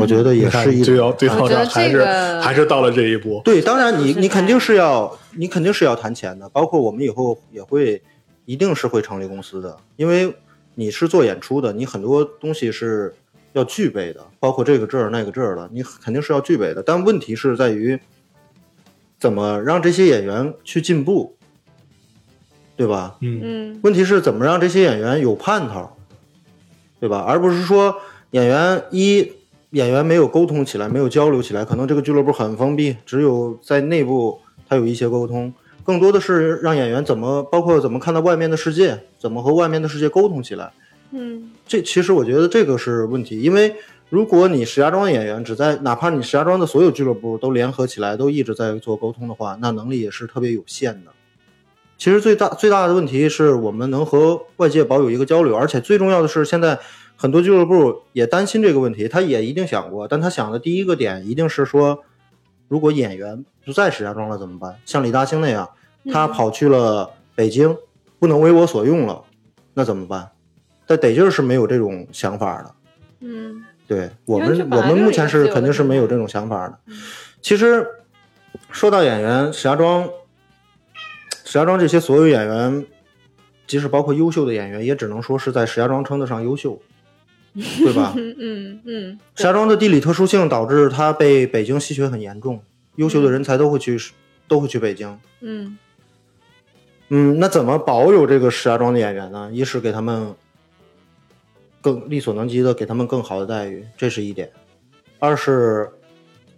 S3: 我觉得也
S2: 你看
S3: 是一
S2: 就
S3: 种
S2: 要对
S3: 啊
S2: 到
S1: 觉得
S2: 这儿还
S1: 这
S2: 是
S1: 个
S2: 还是到了这一步。
S3: 对，当然你
S1: 是
S3: 你
S1: 在
S3: 肯定是要你肯定是要谈钱的，包括我们以后也会一定是会成立公司的，因为你是做演出的，你很多东西是要具备的，包括这个这儿那个这儿的，你肯定是要具备的。但问题是在于怎么让这些演员去进步，对吧？
S2: 嗯，
S1: 嗯，
S3: 问题是怎么让这些演员有盼头，对吧？而不是说演员一演员没有沟通起来，没有交流起来，可能这个俱乐部很封闭，只有在内部他有一些沟通，更多的是让演员怎么包括怎么看到外面的世界，怎么和外面的世界沟通起来。
S1: 嗯，
S3: 这其实我觉得这个是问题，因为如果你石家庄的演员只在，哪怕你石家庄的所有俱乐部都联合起来，都一直在做沟通的话，那能力也是特别有限的。其实最大最大的问题是我们能和外界保有一个交流，而且最重要的是，现在很多俱乐部也担心这个问题，他也一定想过，但他想的第一个点一定是说，如果演员不在石家庄了怎么办？像李大兴那样，他
S1: 嗯
S3: 跑去了北京，不能为我所用了，那怎么办？但得劲儿是没有这种想法的。
S1: 嗯，
S3: 对我
S1: 因为这
S3: 们，
S1: 本
S3: 我
S1: 来
S3: 们
S1: 就是
S3: 目前
S1: 一
S3: 是
S1: 个自由的嗯
S3: 肯定是没有这种想法的。其实说到演员，石家庄，石家庄这些所有演员，即使包括优秀的演员，也只能说是在石家庄称得上
S1: [LAUGHS]
S3: 优秀，对吧？
S1: 嗯嗯嗯，
S3: 石家庄的地理特殊性导致它被北京稀缺很严重，优秀的人才都会去，都会去北京。
S1: 嗯，
S3: 嗯，那怎么保有这个石家庄的演员呢？一是给他们更力所能及的给他们更好的待遇，这是一点；二是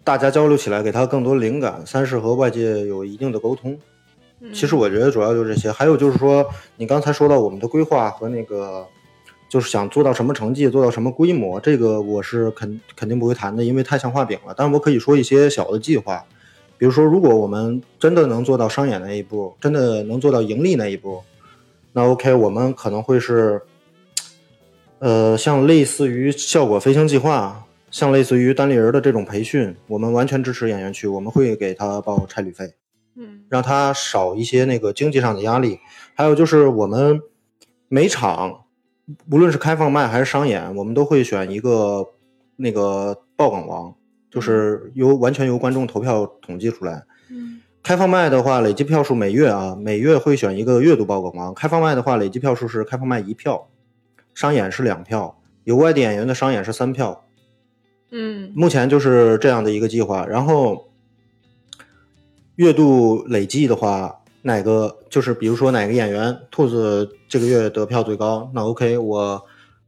S3: 大家交流起来给他更多灵感；三是和外界有一定的沟通。
S1: 嗯
S3: 其实我觉得主要就是这些，还有就是说，你刚才说到我们的规划和那个，就是想做到什么成绩，做到什么规模，这个我是肯肯定不会谈的，因为太像画饼了。但是我可以说一些小的计划，比如说，如果我们真的能做到商演那一步，真的能做到盈利那一步，那 OK，我们可能会是，呃，像类似于效果飞行计划，像类似于单立人的这种培训，我们完全支持演员去，我们会给他报差旅费。
S1: 嗯
S3: 让他少一些那个经济上的压力。还有就是我们每场，无论是开放麦还是商演，我们都会选一个那个爆梗王，就是由完全由观众投票统计出来。
S1: 嗯
S3: 开放麦的话，累计票数每月啊，每月会选一个月度爆梗王。开放麦的话，累计票数是开放麦一票，商演是两票，有外地演员的商演是三票，
S1: 嗯
S3: 目前就是这样的一个计划。然后月度累计的话，哪个就是比如说哪个演员兔子这个月得票最高，那 OK，我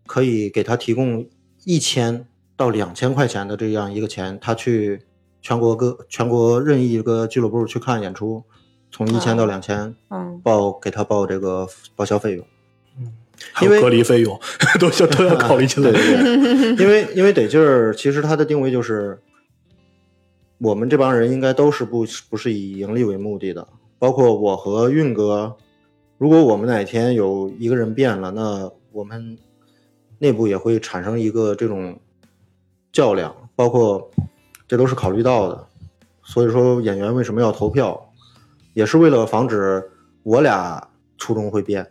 S3: 可以给他提供一千到两千块钱的这样一个钱，他去全国各全国任意一个俱乐部去看演出，从一千到两千
S1: 嗯
S3: 报给他报这个报销费用。
S2: 还有
S3: 因为
S2: 隔离费用都要都要考虑进来。
S3: [LAUGHS] 对对对，因为因为得劲儿，其实它的定位就是，我们这帮人应该都是不不是以盈利为目的的，包括我和运哥。如果我们哪天有一个人变了，那我们内部也会产生一个这种较量，包括这都是考虑到的。所以说，演员为什么要投票，也是为了防止我俩初衷会变。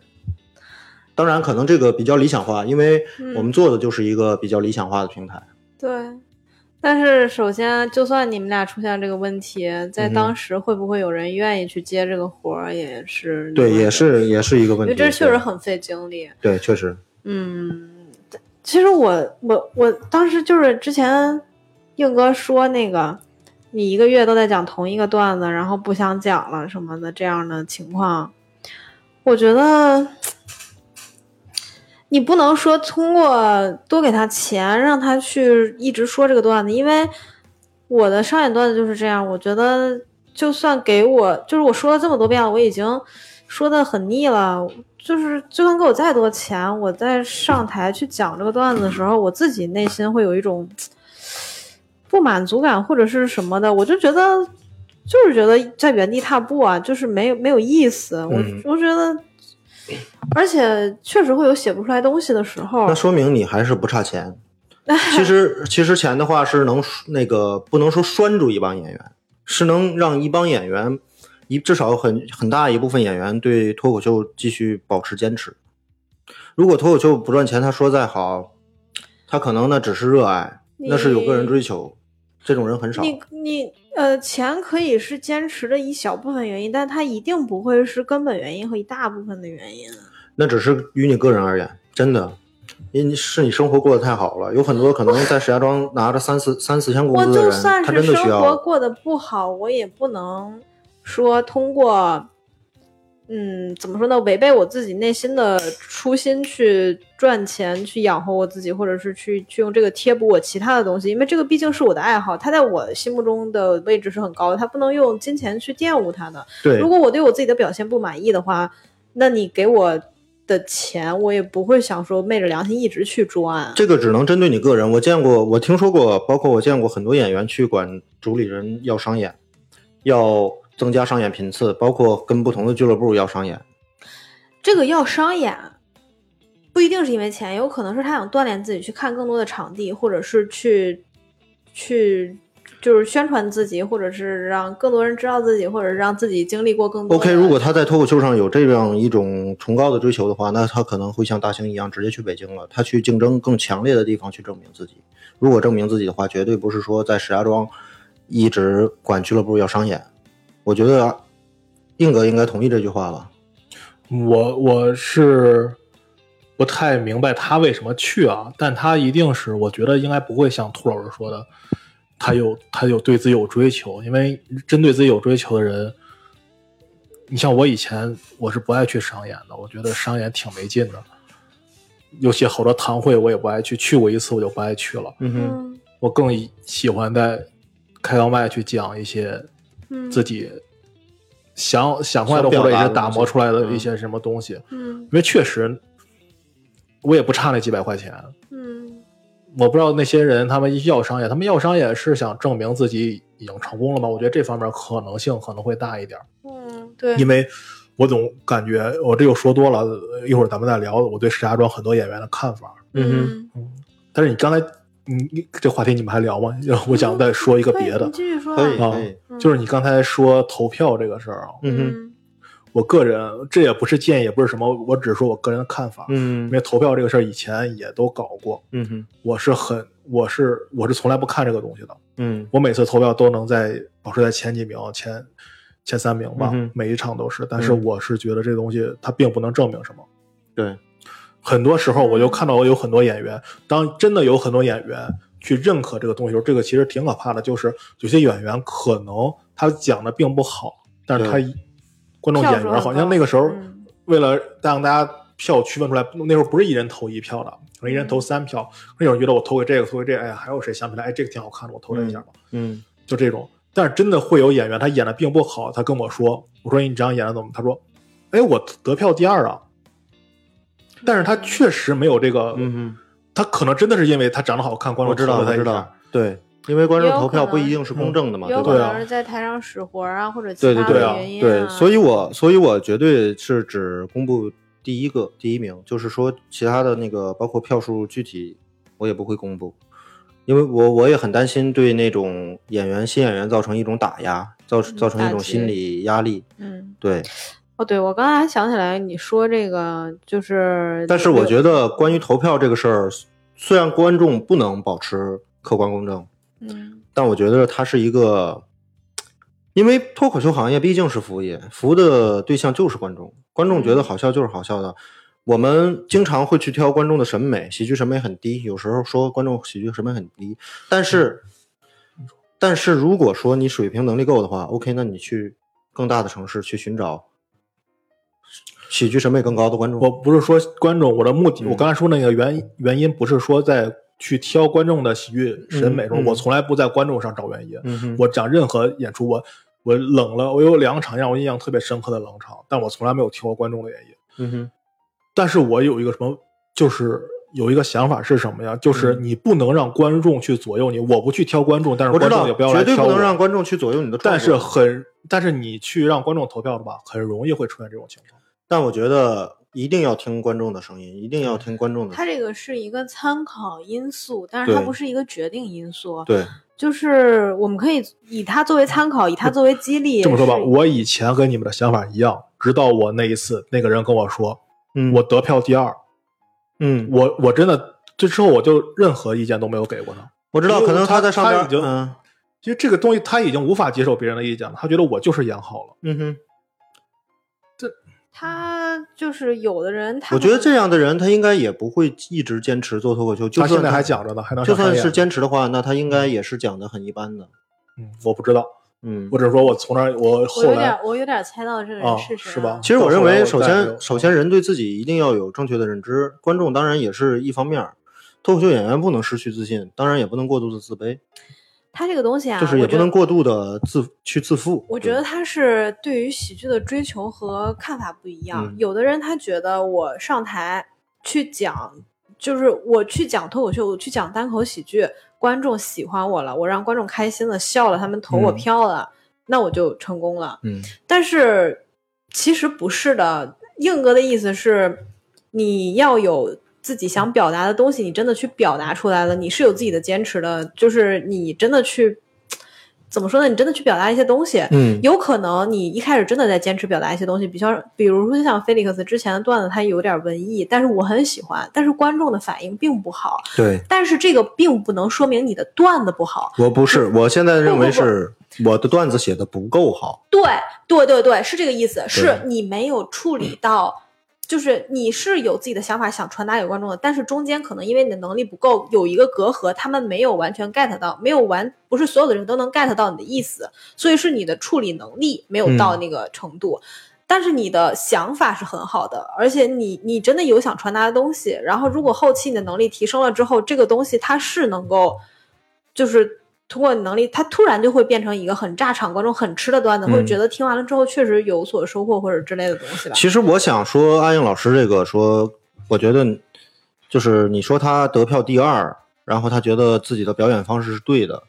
S3: 当然，可能这个比较理想化，因为
S1: 嗯
S3: 我们做的就是一个比较理想化的平台。
S1: 对。但是首先，就算你们俩出现这个问题，在
S3: 嗯哼
S1: 当时会不会有人愿意去接这个活儿，也是另
S3: 对，
S1: 外一
S3: 也
S1: 个，
S3: 是也是一个
S1: 因
S3: 问
S1: 为
S3: 题。
S1: 这确实
S3: 对
S1: 很费精力。
S3: 对，确实，
S1: 嗯，其实我我我当时就是之前硬哥说那个，你一个月都在讲同一个段子，然后不想讲了什么的这样的情况，我觉得你不能说通过多给他钱让他去一直说这个段子，因为我的商演段子就是这样，我觉得就算给我，就是我说了这么多遍了，我已经说的很腻了。就是就算给我再多钱，我在上台去讲这个段子的时候，我自己内心会有一种不满足感或者是什么的，我就觉得就是觉得在原地踏步啊，就是没有没有意思。我、
S3: 嗯
S1: 我觉得，而且确实会有写不出来东西的时候
S3: 那。说明你还是不
S1: [LAUGHS]
S3: 差钱。其实，其实钱的话是能那个不能说拴住一帮演员，是能让一帮演员一至少很很大一部分演员对脱口秀继续保持坚持。如果脱口秀不赚钱，他说再好，他可能那只是热爱，那是有个人追求，这种人很少。
S1: 你你呃，钱可以是坚持的一小部分原因，但它一定不会是根本原因和一大部分的原因。
S3: 那只是于你个人而言，真的，因为是你生活过得太好了，有很多可能在石家庄拿着三四三四千工
S1: 我
S3: 资的
S1: 就
S3: 人，
S1: 算
S3: 他
S1: 是
S3: 真的需
S1: 生活
S3: 要。
S1: 过得不好，我也不能说通过，嗯，怎么说呢，违背我自己内心的初心去赚钱，去养活我自己，或者是去去用这个贴补我其他的东西，因为这个毕竟是我的爱好，它在我心目中的位置是很高的，它不能用金钱去玷污它的。
S3: 对
S1: 如，果我对我自己的表现不满意的话，那你给我的钱，我也不会想说昧着良心一直去赚。
S3: 这个只能针对你个人。我见过，我听说过，包括我见过很多演员去管主理人要商演，要增加商演频次，包括跟不同的俱乐部要商演。
S1: 这个要商演，不一定是因为钱，有可能是他想锻炼自己，去看更多的场地，或者是去去就是宣传自己，或者是让更多人知道自己，或者是让自己经历过更多的。
S3: OK，如果他在脱口秀上有这样一种崇高的追求的话，那他可能会像大兴一样直接去北京了，他去竞争更强烈的地方去证明自己。如果证明自己的话，绝对不是说在石家庄一直管俱乐部要商演。我觉得硬哥应该同意这句话吧？
S2: 我我是不太明白他为什么去啊，但他一定是我觉得应该不会像兔老师说的，他有他有对自己有追求，因为针对自己有追求的人，你像我以前我是不爱去商演的，我觉得商演挺没劲的，有些好多堂会我也不爱去，去过一次我就不爱去了。
S3: 嗯哼，
S1: 嗯
S2: 我更喜欢在开放麦去讲一些
S1: 嗯
S2: 自己想想出来的或
S3: 想表
S2: 者
S3: 达
S2: 也
S3: 的
S2: 是打磨出来的
S3: 东西
S2: 一些什么东西，
S1: 嗯
S2: 因为确实我也不差那几百块钱，
S1: 嗯
S2: 我不知道那些人他们要商业，他们要商业是想证明自己已经成功了吗？我觉得这方面可能性可能会大一点，
S1: 嗯，对，
S2: 因为我总感觉我这又说多了，一会儿咱们再聊我对石家庄很多演员的看法。
S3: 嗯
S1: 嗯，
S2: 但是你刚才你你这话题你们还聊吗？我想再说一个别
S1: 可以
S2: 的
S1: 你，继续说
S3: 哼，
S1: 啊，
S3: 可以
S2: 啊
S3: 可以，
S2: 就是你刚才说投票这个事儿啊，
S3: 嗯哼
S1: 嗯
S2: 我个人这也不是建议，也不是什么，我只是说我个人的看法。因
S3: 嗯
S2: 为投票这个事儿以前也都搞过，
S3: 嗯哼
S2: 我是很我是我是从来不看这个东西的。
S3: 嗯
S2: 我每次投票都能在保持在前几名、前前三名吧，
S3: 嗯哼
S2: 每一场都是。但是
S3: 嗯
S2: 我是觉得这东西它并不能证明什么。
S3: 对，
S2: 很多时候我就看到有很多演员，当真的有很多演员去认可这个东西的时候，这个其实挺可怕的。就是有些演员可能他讲的并不好，但是他
S3: 对
S2: 一观众
S1: 票
S2: 演
S1: 数
S2: 员
S1: 很
S2: 好像
S1: 高
S2: 那个时候
S1: 嗯
S2: 为了让大家票区分出来，那时候不是一人投一票的，
S3: 嗯
S2: 可能一人投三票。那有人觉得我投给这个，投给这个，哎呀，还有谁想起来？哎，这个挺好看的，我投这一下吧。
S3: 嗯
S2: 就这种。但是真的会有演员，他演的并不好，他跟我说，我说你这样演的怎么？他说，哎，我得票第二啊。但是他确实没有这个，
S3: 嗯
S2: 他可能真的是因为他长得好看，
S3: 哼，
S2: 观
S3: 我
S2: 众
S3: 知道
S2: 投了
S3: 我
S2: 他
S3: 知
S2: 一
S3: 道
S2: 下。，
S3: 对，因为观众投票不一
S1: 也有
S3: 定是公正的嘛，
S1: 有
S3: 对
S1: 可
S3: 吧？
S1: 能是在台上使活啊，或者
S3: 对
S1: 其
S3: 对
S1: 他
S2: 对
S1: 的
S2: 啊
S1: 原因
S3: 对，所以
S1: 以
S3: 我所以我绝对是只公布第一个第一名，就是说其他的那个包括票数具体我也不会公布，因为我我也很担心对那种演员新演员造成一种打压，造造成一
S1: 嗯打
S3: 种
S1: 击
S3: 心理压力。
S1: 嗯，
S3: 对，
S1: 哦，对，我刚才还想起来你说这个就是，
S3: 但是我觉得关于投票这个事儿，虽然观众不能保持客观公正，
S1: 嗯
S3: 但我觉得它是一个，因为脱口秀行业毕竟是服务业，服务的对象就是观众，观众
S2: 嗯
S3: 觉得好笑就是好笑的。我们经常会去挑观众的审美，喜剧审美很低，有时候说观众喜剧审美很低，但是，
S2: 嗯
S3: 但是如果说你水平能力够的话，OK，那你去更大的城市去寻找喜剧审美更高的观众。
S2: 我不是说观众，我的目的，
S3: 嗯
S2: 我刚才说那个原原因不是说在去挑观众的喜剧审美中，
S3: 嗯嗯
S2: 我从来不在观众上找原因。
S3: 嗯哼，
S2: 我讲任何演出，我我冷了，我有两场让我印象特别深刻的冷场，但我从来没有挑过观众的原因。
S3: 嗯哼，
S2: 但是我有一个什么，就是有一个想法是什么呀？就是你不能让观众去左右你，我不去挑观众，但是
S3: 嗯我知
S2: 观
S3: 道
S2: 众也，要
S3: 绝
S2: 来
S3: 对
S2: 挑
S3: 不能让
S2: 我。
S3: 观众去左右你的创
S2: 但
S3: 作。
S2: 是很，但是你去让观众投票的吧，很容易会出现这种情况。
S3: 但我觉得一定要听观众的声音，一定要听观众的。
S1: 它这个是一个参考因素，但是它
S3: 对
S1: 不是一个决定因素。
S3: 对，
S1: 就是我们可以以它作为参考，以它作为激励。
S2: 这么说吧，
S1: 是
S2: 我以前跟你们的想法一样，直到我那一次，那个人跟我说
S3: 嗯
S2: 我得票第二，
S3: 嗯，我
S2: 我我真的这之后我就任何意见都没有给过他。
S3: 我知道，
S2: 因为
S3: 可能
S2: 他
S3: 在上
S2: 他
S3: 边
S2: 已经
S3: 嗯
S2: 其实这个东西他已经无法接受别人的意见了，他觉得我就是演好了。
S3: 嗯哼，
S1: 他就是有的人他
S3: 我觉得这
S1: 样
S3: 样的人他应该也不会一直坚持做脱口秀，就
S2: 他
S3: 算
S2: 现在还，讲着呢，还能
S3: 就
S2: 上
S3: 算
S2: 台
S3: 是
S2: 演
S3: 坚持的话，那他应该也是讲的很一般的。
S2: 嗯，我不知道，
S3: 嗯
S2: 我，只是说我从那儿我
S1: 我
S2: 后
S1: 有
S2: 来
S1: 点我有点猜到这个
S2: 啊
S3: 哦
S1: 人是谁
S2: 是
S1: 了、
S2: 吧
S3: 其实我认为，首
S2: 到时候我再
S3: 先
S2: 说
S3: 首先人对自己一定要有正确的认知，观众当然也是一方面儿。脱口秀演员不能失去自信，当然也不能过度的自卑，
S1: 他这个东西啊，
S3: 就是也
S1: 我觉
S3: 不
S1: 得
S3: 能过度的自去自负。
S1: 我觉得他是对于喜剧的追求和看法不一样。
S3: 嗯
S1: 有的人他觉得我上台去讲，就是我去讲脱口秀，我去讲单口喜剧，观众喜欢我了，我让观众开心了，笑了，他们投我
S3: 嗯
S1: 票了，那我就成功了。
S3: 嗯
S1: 但是其实不是的，硬哥的意思是你要有自己想表达的东西，你真的去表达出来了，你是有自己的坚持的，就是你真的去怎么说呢？你真的去表达一些东西，
S3: 嗯
S1: 有可能你一开始真的在坚持表达一些东西，比较比如说像菲利克斯之前的段子，它有点文艺，但是我很喜欢，但是观众的反应并不好，
S3: 对，
S1: 但是这个并不能说明你的段子不好。
S3: 我不是，我现在认为
S1: 不不
S3: 是我的段子写的不够好。
S1: 对对对对，是这个意思，是你没有处理到。就是你是有自己的想法想传达给观众的，但是中间可能因为你的能力不够，有一个隔阂，他们没有完全 get 到，没有完，不是所有的人都能 get 到你的意思，所以是你的处理能力没有到那个程度。但是你的想法是很好的，而且你你真的有想传达的东西。然后，如果后期你的能力提升了之后，这个东西它是能够，就是通过你能力，它突然就会变成一个很炸场、观众很吃的段子，
S3: 嗯
S1: 会觉得听完了之后确实有所收获或者之类的东西吧。
S3: 其实我想说，阿英老师这个说，我觉得就是你说他得票第二，然后他觉得自己的表演方式是对的，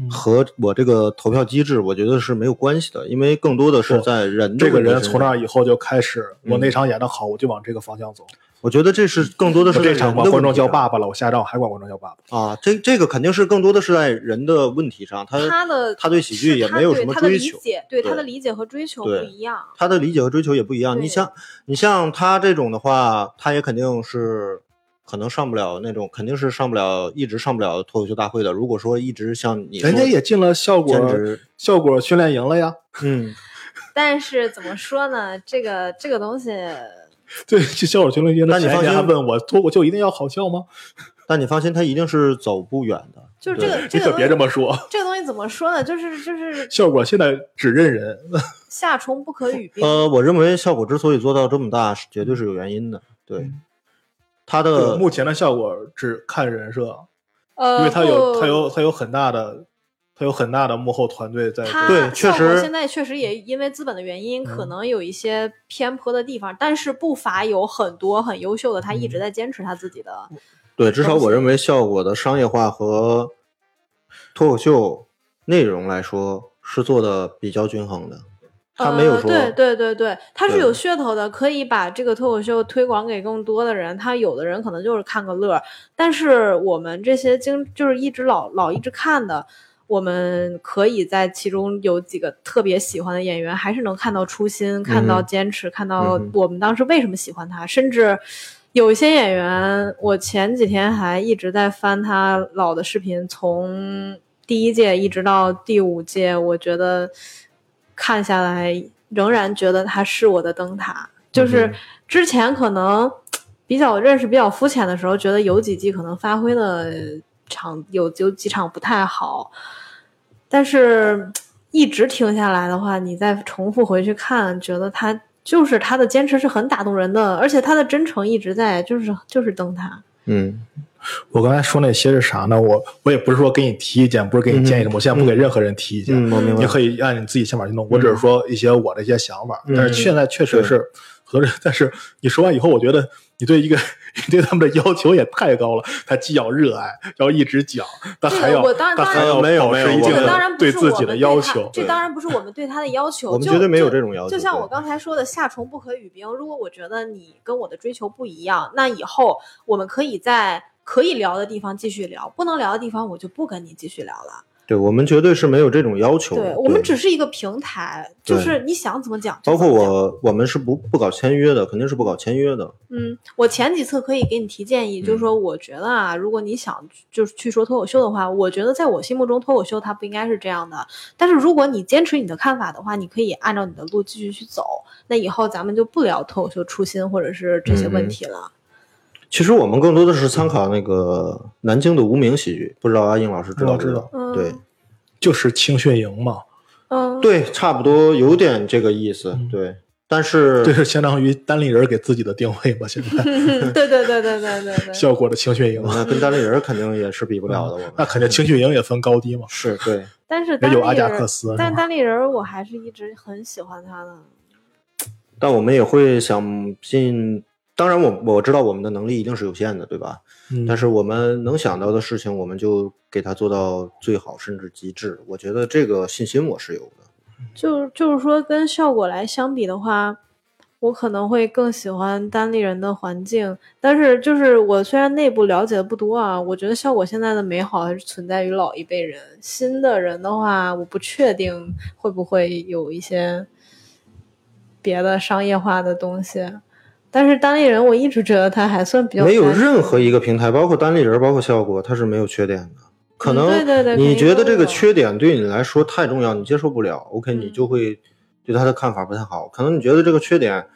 S2: 嗯
S3: 和我这个投票机制，我觉得是没有关系的，因为更多的是
S2: 不
S3: 在人的
S2: 这个
S3: 问题
S2: 人
S3: 身
S2: 从那
S3: 上，
S2: 儿以后就开始，我
S3: 嗯
S2: 那场演的好，我就往这个方向走。
S3: 我觉得这是更多的
S2: 我
S3: 是
S2: 这
S3: 在
S2: 场
S3: 人
S2: 管
S3: 的
S2: 观众
S3: 问题
S2: 叫
S3: 上
S2: 爸爸了，我下仗还管观众叫爸爸。
S3: 啊，这这个肯定是更多的是在人的问题上，他
S1: 他的
S3: 他对喜剧
S1: 是
S3: 也
S1: 他
S3: 没有
S1: 对
S3: 什么
S1: 他的
S3: 追
S1: 理
S3: 求，
S1: 解对
S3: 对
S1: 他的理解和追求不
S3: 对
S1: 一样。
S3: 他的理解和追求也不一样。
S1: 对
S3: 你像你像他这种的话，他也肯定是可能上不了那种，肯定是上不了，一直上不了脱口秀大会的。如果说一直像你说，
S2: 人家也进了效果
S3: 兼职
S2: 效果训练营了呀。
S3: 嗯，
S1: 但是怎么说呢？这个这个东西，
S2: 对，这效果训练营的
S3: 但你
S2: 前
S3: 放
S2: 一天
S3: 心
S2: 还问我脱口秀一定要好笑吗？
S3: 但你放心，他一定是走不远的。
S1: 就是这个
S2: 你
S1: 这个
S2: 可
S1: 东
S2: 别
S1: 西
S2: 这么说，
S1: 这个东西怎么说呢？就是就是
S2: 效果现在只认人。
S1: 夏虫不可语
S2: 嗯
S3: 对
S1: 冰。
S3: 呃，我认为效果之所以做到这么大，是绝对是有原因的。对
S2: 嗯，
S3: 他的
S2: 目前的效果只看人设，
S1: 呃，
S2: 因为他
S1: 不
S2: 有他有他有很大的他有很大的幕后团队在。
S1: 他
S3: 呃对确
S1: 效果
S3: 实嗯
S1: 现在确实也因为资本的原因，可能有一些偏颇的地方，但是不乏有很多很优秀的，他一
S3: 嗯
S1: 直在坚持他自己的。
S3: 对，至少
S1: 东
S3: 我
S1: 西
S3: 认为效果的商业化和脱口秀内容来说是做的比较均衡的。他没有说、
S1: 呃，对对对对，他是
S3: 对
S1: 有噱头的，可以把这个脱口秀推广给更多的人。他有的人可能就是看个乐儿，但是我们这些经就是一直老老一直看的，我们可以在其中有几个特别喜欢的演员，还是能看到初心，看到
S3: 嗯哼
S1: 坚持，看到
S3: 嗯哼
S1: 我们当时为什么喜欢他，甚至。有一些演员，我前几天还一直在翻他老的视频，从第一届一直到第五届，我觉得看下来仍然觉得他是我的灯塔。就是
S3: 嗯
S1: 之前可能比较认识比较肤浅的时候，觉得有几季可能发挥的场有有几场不太好，但是一直听下来的话，你再重复回去看，觉得他就是他的坚持是很打动人的，而且他的真诚一直在，就是就是灯塔。
S3: 嗯，
S2: 我刚才说那些是啥呢？我我也不是说给你提意见，不是给你建议什么，我现在不给任何人提意见。
S3: 嗯我明白
S2: 你可以按你自己想法去弄，我只是说一些我的一些想法。
S3: 嗯
S2: 但是现在确实是很多人，但是你说完以后，我觉得你对一个 [LAUGHS] 你对他们的要求也太高了。他既要热爱，要一直讲，但
S1: 这
S2: 还要
S1: 个我当然
S2: 但还要
S3: 当然没有
S2: 保持
S3: 没有
S2: 一定
S3: 这
S1: 这
S3: 个
S1: 当
S2: 的
S1: 然不是我
S2: 自
S1: 们
S2: 己的
S1: 对
S2: 要
S1: 他
S2: 求。
S1: 这当然不是我们对他的要求。
S3: 我们
S1: 就
S3: 绝对没有
S1: 就
S3: 这种要求
S1: 就像
S3: 对
S1: 我刚才说的，夏虫不可语冰。如果我觉得你跟我的追求不一样，那以后我们可以在可以聊的地方继续聊，不能聊的地方我就不跟你继续聊了。
S3: 对我们绝对是没有这种要求的。
S1: 对我们只是一个平台，
S3: 对
S1: 就是你想怎么讲就
S3: 包
S1: 怎
S3: 括
S1: 么讲。
S3: 我，我们是不不搞签约的，肯定是不搞签约的。
S1: 嗯，我前几次可以给你提建议，就是
S2: 嗯
S1: 说，我觉得啊，如果你想就是去说脱口秀的话，我觉得在我心目中脱口秀它不应该是这样的。但是如果你坚持你的看法的话，你可以按照你的路继续去走。那以后咱们就不聊脱口秀初心或者是这些问
S2: 嗯
S1: 题了。
S3: 其实我们更多的是参考那个南京的无名喜剧，不知道阿英老师知道
S2: 我哦
S3: 不
S2: 知
S3: 知
S2: 道
S3: 道？
S1: 嗯，
S3: 对，
S2: 就是青训营嘛，
S1: 嗯，
S3: 对，差不多有点这个意思。
S2: 嗯
S3: 对，但是
S2: 这是相当于单立人给自己的定位吧？现在
S1: 对，对对对对对对
S2: [LAUGHS]
S1: 对。
S2: 效果的青
S3: [LAUGHS]
S2: 训营，
S3: 那跟单立人肯定也是比不了的。我们
S2: 嗯那肯定青训营也分高低嘛。
S3: 是对，
S1: 但是
S2: 也
S1: 单立
S2: 有阿贾克
S1: 人，
S2: 斯，是
S1: 但
S2: 吧？
S1: 单立人我还是一直很喜欢他的。
S3: 但我们也会想尽，当然我我知道我们的能力一定是有限的，对吧？
S2: 嗯
S3: 但是我们能想到的事情，我们就给它做到最好，甚至极致。我觉得这个信心我是有的。
S1: 就就是说，跟效果来相比的话，我可能会更喜欢单立人的环境。但是，就是我虽然内部了解的不多啊，我觉得效果现在的美好还是存在于老一辈人。新的人的话，我不确定会不会有一些别的商业化的东西。但是单立人，我一直觉得他还算比较
S3: 没有
S1: 单
S3: 任何一个平台，包括单立人，包括效果，它是没有缺点的。
S1: 嗯
S3: 可能
S1: 对对对肯
S3: 你
S1: 定
S3: 觉得
S1: 都
S3: 这个
S1: 有
S3: 缺点对你来说太重要，你接受不了，OK，你
S1: 嗯
S3: 就会对他的看法不太好。可能你觉得这个缺点，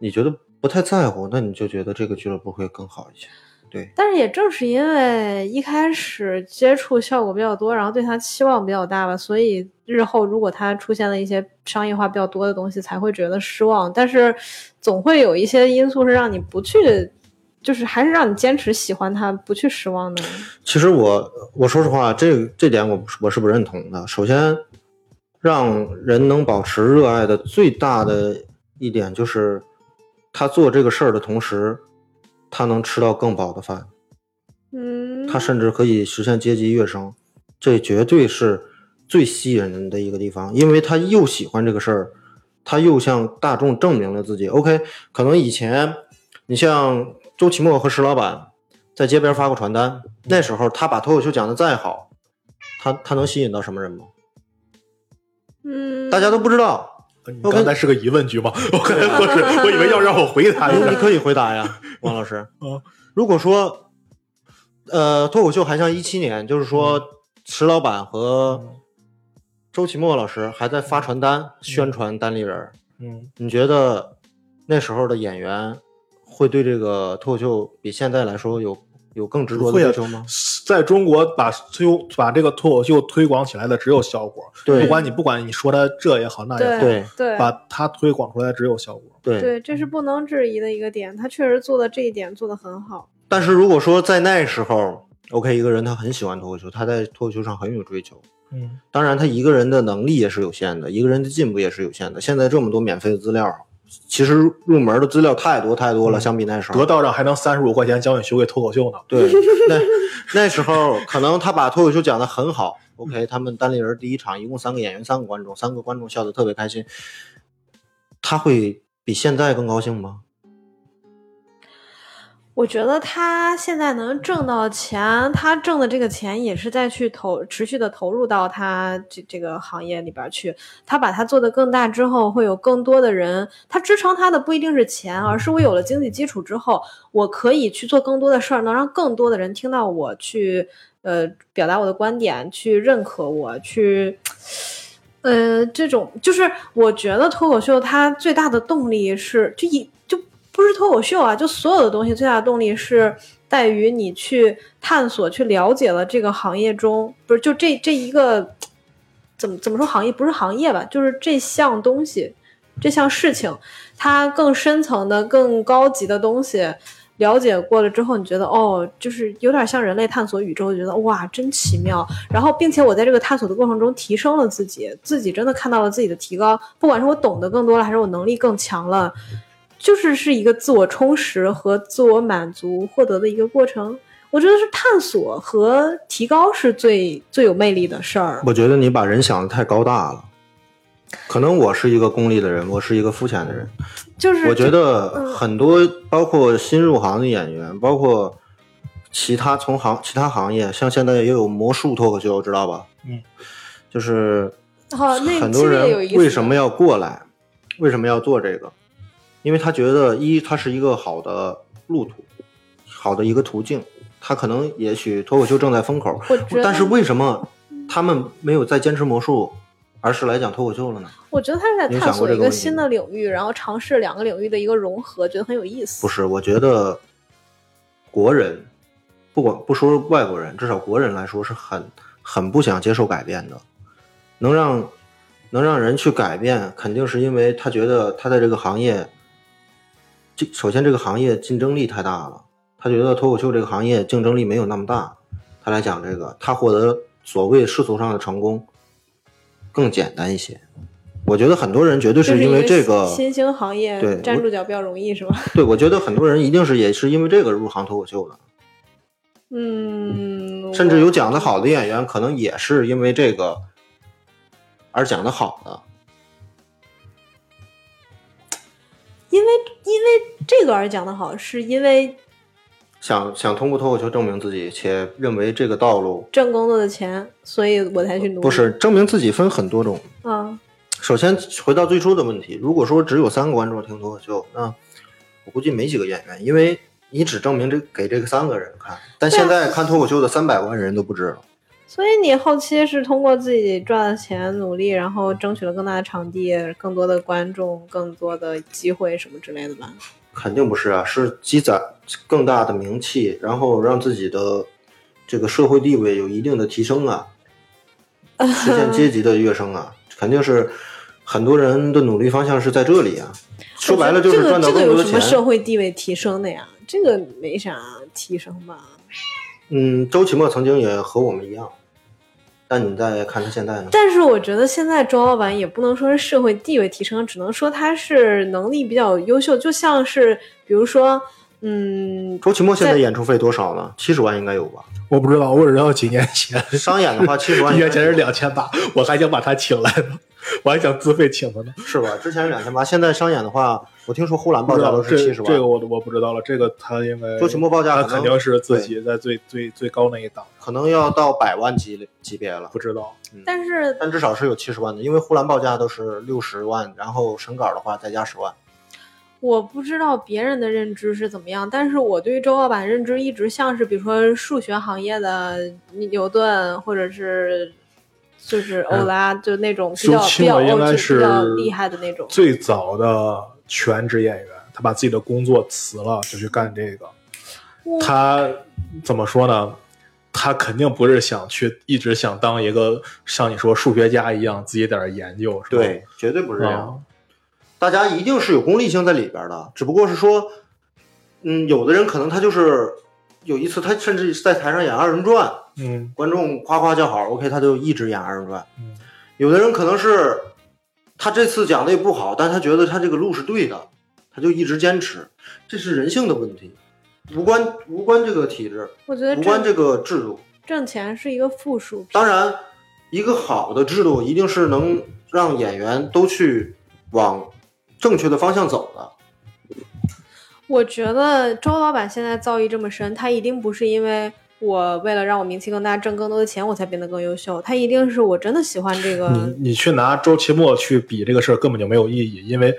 S3: 你觉得不太在乎，那你就觉得这个俱乐部会更好一些。对，
S1: 但是也正是因为一开始接触效果比较多，然后对它期望比较大吧，所以日后如果它出现了一些商业化比较多的东西，才会觉得失望。但是总会有一些因素是让你不去，就是还是让你坚持喜欢它，不去失望的。
S3: 其实我我说实话，这这点我不是我是不认同的。首先，让人能保持热爱的最大的一点就是，他做这个事儿的同时，他能吃到更饱的饭。
S1: 嗯，
S3: 他甚至可以实现阶级跃升，这绝对是最吸引人的一个地方，因为他又喜欢这个事儿，他又向大众证明了自己。OK，可能以前你像周奇墨和石老板在街边发过传单，那时候他把脱口秀讲的再好，他他能吸引到什么人吗？
S1: 嗯，
S3: 大家都不知道。
S2: 你刚才是个疑问句吗？我刚才喝水，我以为要让我回答一
S3: 哎你你
S2: 下。
S3: 可以回答呀，王老师
S2: 嗯。
S3: 如果说，呃，脱口秀还像一七年，就是说，石老板和周奇墨老师还在发传单宣传单立人儿，
S2: 嗯，
S3: 你觉得那时候的演员会对这个脱口秀比现在来说有有更执着的
S2: 会啊
S3: 追求吗？
S2: 在中国把推把这个脱口秀推广起来的只有效果，
S3: 对
S2: 不管你不管你说他这也好那也好，
S3: 对
S1: 对
S2: 把它推广出来只有效果。
S3: 对
S1: 对，这是不能质疑的一个点。他确实做的这一点做得很好。
S3: 但是如果说在那时候，OK，一个人他很喜欢脱口秀，他在脱口秀上很有追求，
S2: 嗯，
S3: 当然，他一个人的能力也是有限的，一个人的进步也是有限的。现在这么多免费的资料，其实入门的资料太多太
S2: 嗯
S3: 多了，相比那时
S2: 得
S3: 候，
S2: 道上还能三十五块钱教你学会脱口秀呢。
S3: [LAUGHS] 对，那那时候可能他把脱口秀讲得很好。OK，他们单立人第一场一共三个演员，三个观众，三个观众笑得特别开心，他会比现在更高兴吗？
S1: 我觉得他现在能挣到钱，他挣的这个钱也是在去投持续的投入到他这这个行业里边去。他把它做得更大之后，会有更多的人，他支撑他的不一定是钱，而是我有了经济基础之后，我可以去做更多的事儿，能让更多的人听到我去呃表达我的观点，去认可我，去。呃，这种就是我觉得脱口秀它最大的动力是，就一就不是脱口秀啊，就所有的东西最大的动力是在于你去探索、去了解了这个行业中，不是就这这一个怎么怎么说行业不是行业吧，就是这项东西这项事情，它更深层的、更高级的东西。了解过了之后，你觉得哦，就是有点像人类探索宇宙，觉得哇，真奇妙。然后，并且我在这个探索的过程中提升了自己，自己真的看到了自己的提高，不管是我懂得更多了，还是我能力更强了，就是是一个自我充实和自我满足获得的一个过程。我觉得是探索和提高是最最有魅力的事儿。
S3: 我觉得你把人想得太高大了。可能我是一个功利的人，我是一个肤浅的人，
S1: 就是
S3: 我觉
S1: 嗯
S3: 得很多，包括新入行的演员，包括其他从行其他行业，像现在也有魔术脱口秀，知道吧？
S2: 嗯，
S3: 就是
S1: 哦那
S3: 很多
S1: 这个有意
S3: 人
S1: 思
S3: 为什么要过来？为什么要做这个？因为他觉得一，它是一个好的路途，好的一个途径。他可能也许脱口秀正在风口，
S1: 我觉得，
S3: 但是为什么他们没有再坚持魔术，而是来讲脱口秀了呢？
S1: 我觉得他是在
S3: 你有
S1: 探
S3: 想过
S1: 索
S3: 这
S1: 一
S3: 个问题
S1: 新的领域，然后尝试两个领域的一个融合，觉得很有意思。
S3: 不是，我觉得国人，不管不说外国人，至少国人来说是很很不想接受改变的。能让能让人去改变，肯定是因为他觉得他在这个行业，这首先这个行业竞争力太大了，他觉得脱口秀这个行业竞争力没有那么大，他来讲这个，他获得所谓世俗上的成功更简单一些。我觉得很多人绝对
S1: 就是
S3: 因为
S1: 一
S3: 这个
S1: 新兴行业
S3: 对
S1: 站
S3: 我
S1: 住脚比较容易，是吧？ [LAUGHS]
S3: 对，我觉得很多人一定是也是因为这个入行脱口秀的，
S1: 嗯，
S3: 甚至
S1: 我
S3: 有讲得好的演员，可能也是因为这个而讲得好的。
S1: 因为因为这个而讲的好，是因为
S3: 想想通过脱口秀证明自己，且认为这个道路
S1: 挣更多的钱，所以我才去努力。
S3: 不是证明自己分很多种。
S1: 啊，
S3: 首先回到最初的问题，如果说只有三个观众听脱口秀，那我估计没几个演员，因为你只证明这给这个三个人看，但现在看脱口秀的三百万人都不止了。
S1: 所以你后期是通过自己赚的钱努力，然后争取了更大的场地、更多的观众、更多的机会什么之类的吧？
S3: 肯定不是啊，是积攒更大的名气，然后让自己的这个社会地位有一定的提升啊，实现阶级的跃升啊，肯定是很多人的努力方向是在这里啊。说白了就是赚到
S1: 这个
S3: 更
S1: 这个
S3: 多
S1: 有
S3: 的
S1: 什
S3: 钱。
S1: 么社会地位提升的呀？这个没啥提升吧。
S3: 嗯，周奇墨曾经也和我们一样，但你再看他现在呢？
S1: 但是我觉得现在周老板也不能说是社会地位提升，只能说他是能力比较优秀，就像是比如说，嗯，
S3: 周奇墨现在
S1: 在
S3: 演出费多少呢？七十万应该有吧？
S2: 我不知道，我只知道几年前，
S3: 商演的话，七十
S2: [LAUGHS]
S3: 万
S2: 一
S3: 应该有
S2: 年前是两千八，我还想把他请来呢，我还想自费请他呢。
S3: 是吧？之前是两千八，现在商演的话，我听说呼兰报价都
S2: 这
S3: 是七十万。
S2: 这个我我不知道了，这个他因为
S3: 周奇墨报价
S2: 他
S3: 可能
S2: 肯定是自己在最最最高那一档，
S3: 可能要到百万级级别了，
S2: 不知道。
S1: 但是
S3: 但至少是有七十万的，因为呼兰报价都是六十万，然后审稿的话再加十万。
S1: 我不知道别人的认知是怎么样，但是我对于周老板的认知一直像是，比如说数学行业的牛顿，或者是就是
S3: 哎
S1: 欧拉，就那种比
S2: 周
S1: 较
S2: 奇
S1: 比
S2: 墨
S1: 较
S2: 应该
S1: OG 比
S2: 是
S1: 较厉害的那种。
S2: 最早的全职演员，他把自己的工作辞了，就去干这个。
S1: 我
S2: 他怎么说呢？他肯定不是想去一直想当一个像你说数学家一样，自己在那儿研究，是吧？
S3: 对，绝对不是这样。
S2: 啊，
S3: 嗯大家一定是有功利性在里边的，只不过是说，嗯，有的人可能他就是有一次他甚至在台上演二人转，
S2: 嗯
S3: 观众夸夸叫好，OK，他就一直演二人转。
S2: 嗯，
S3: 有的人可能是他这次讲的也不好，但他觉得他这个路是对的，他就一直坚持，这是人性的问题，无关无关这个体制，
S1: 我觉得
S3: 无
S1: 挣
S3: 关这个制度。
S1: 挣钱是一个附属品。
S3: 当然，一个好的制度一定是能让演员都去往正确的方向走的。
S1: 我觉得周老板现在造诣这么深，他一定不是因为我为了让我名气更大、挣更多的钱，我才变得更优秀。他一定是我真的喜欢这个。
S2: 你你去拿周奇墨去比这个事儿根本就没有意义，因为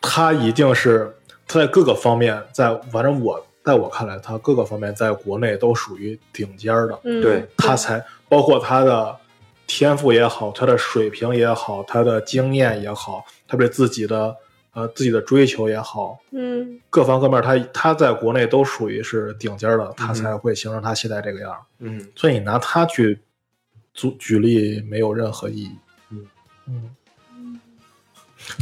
S2: 他一定是他在各个方面，在反正我在我看来，他各个方面在国内都属于顶尖儿的，
S1: 嗯，
S3: 对
S2: 他才包括他的天赋也好，他的水平也好，他的经验也好，他对自己的呃自己的追求也好，
S1: 嗯，
S2: 各方各面他他在国内都属于是顶尖儿的，他
S3: 嗯
S2: 才会形成他现在这个样儿。
S3: 嗯，
S2: 所以你拿他去举举例没有任何意义。
S3: 嗯
S2: 嗯，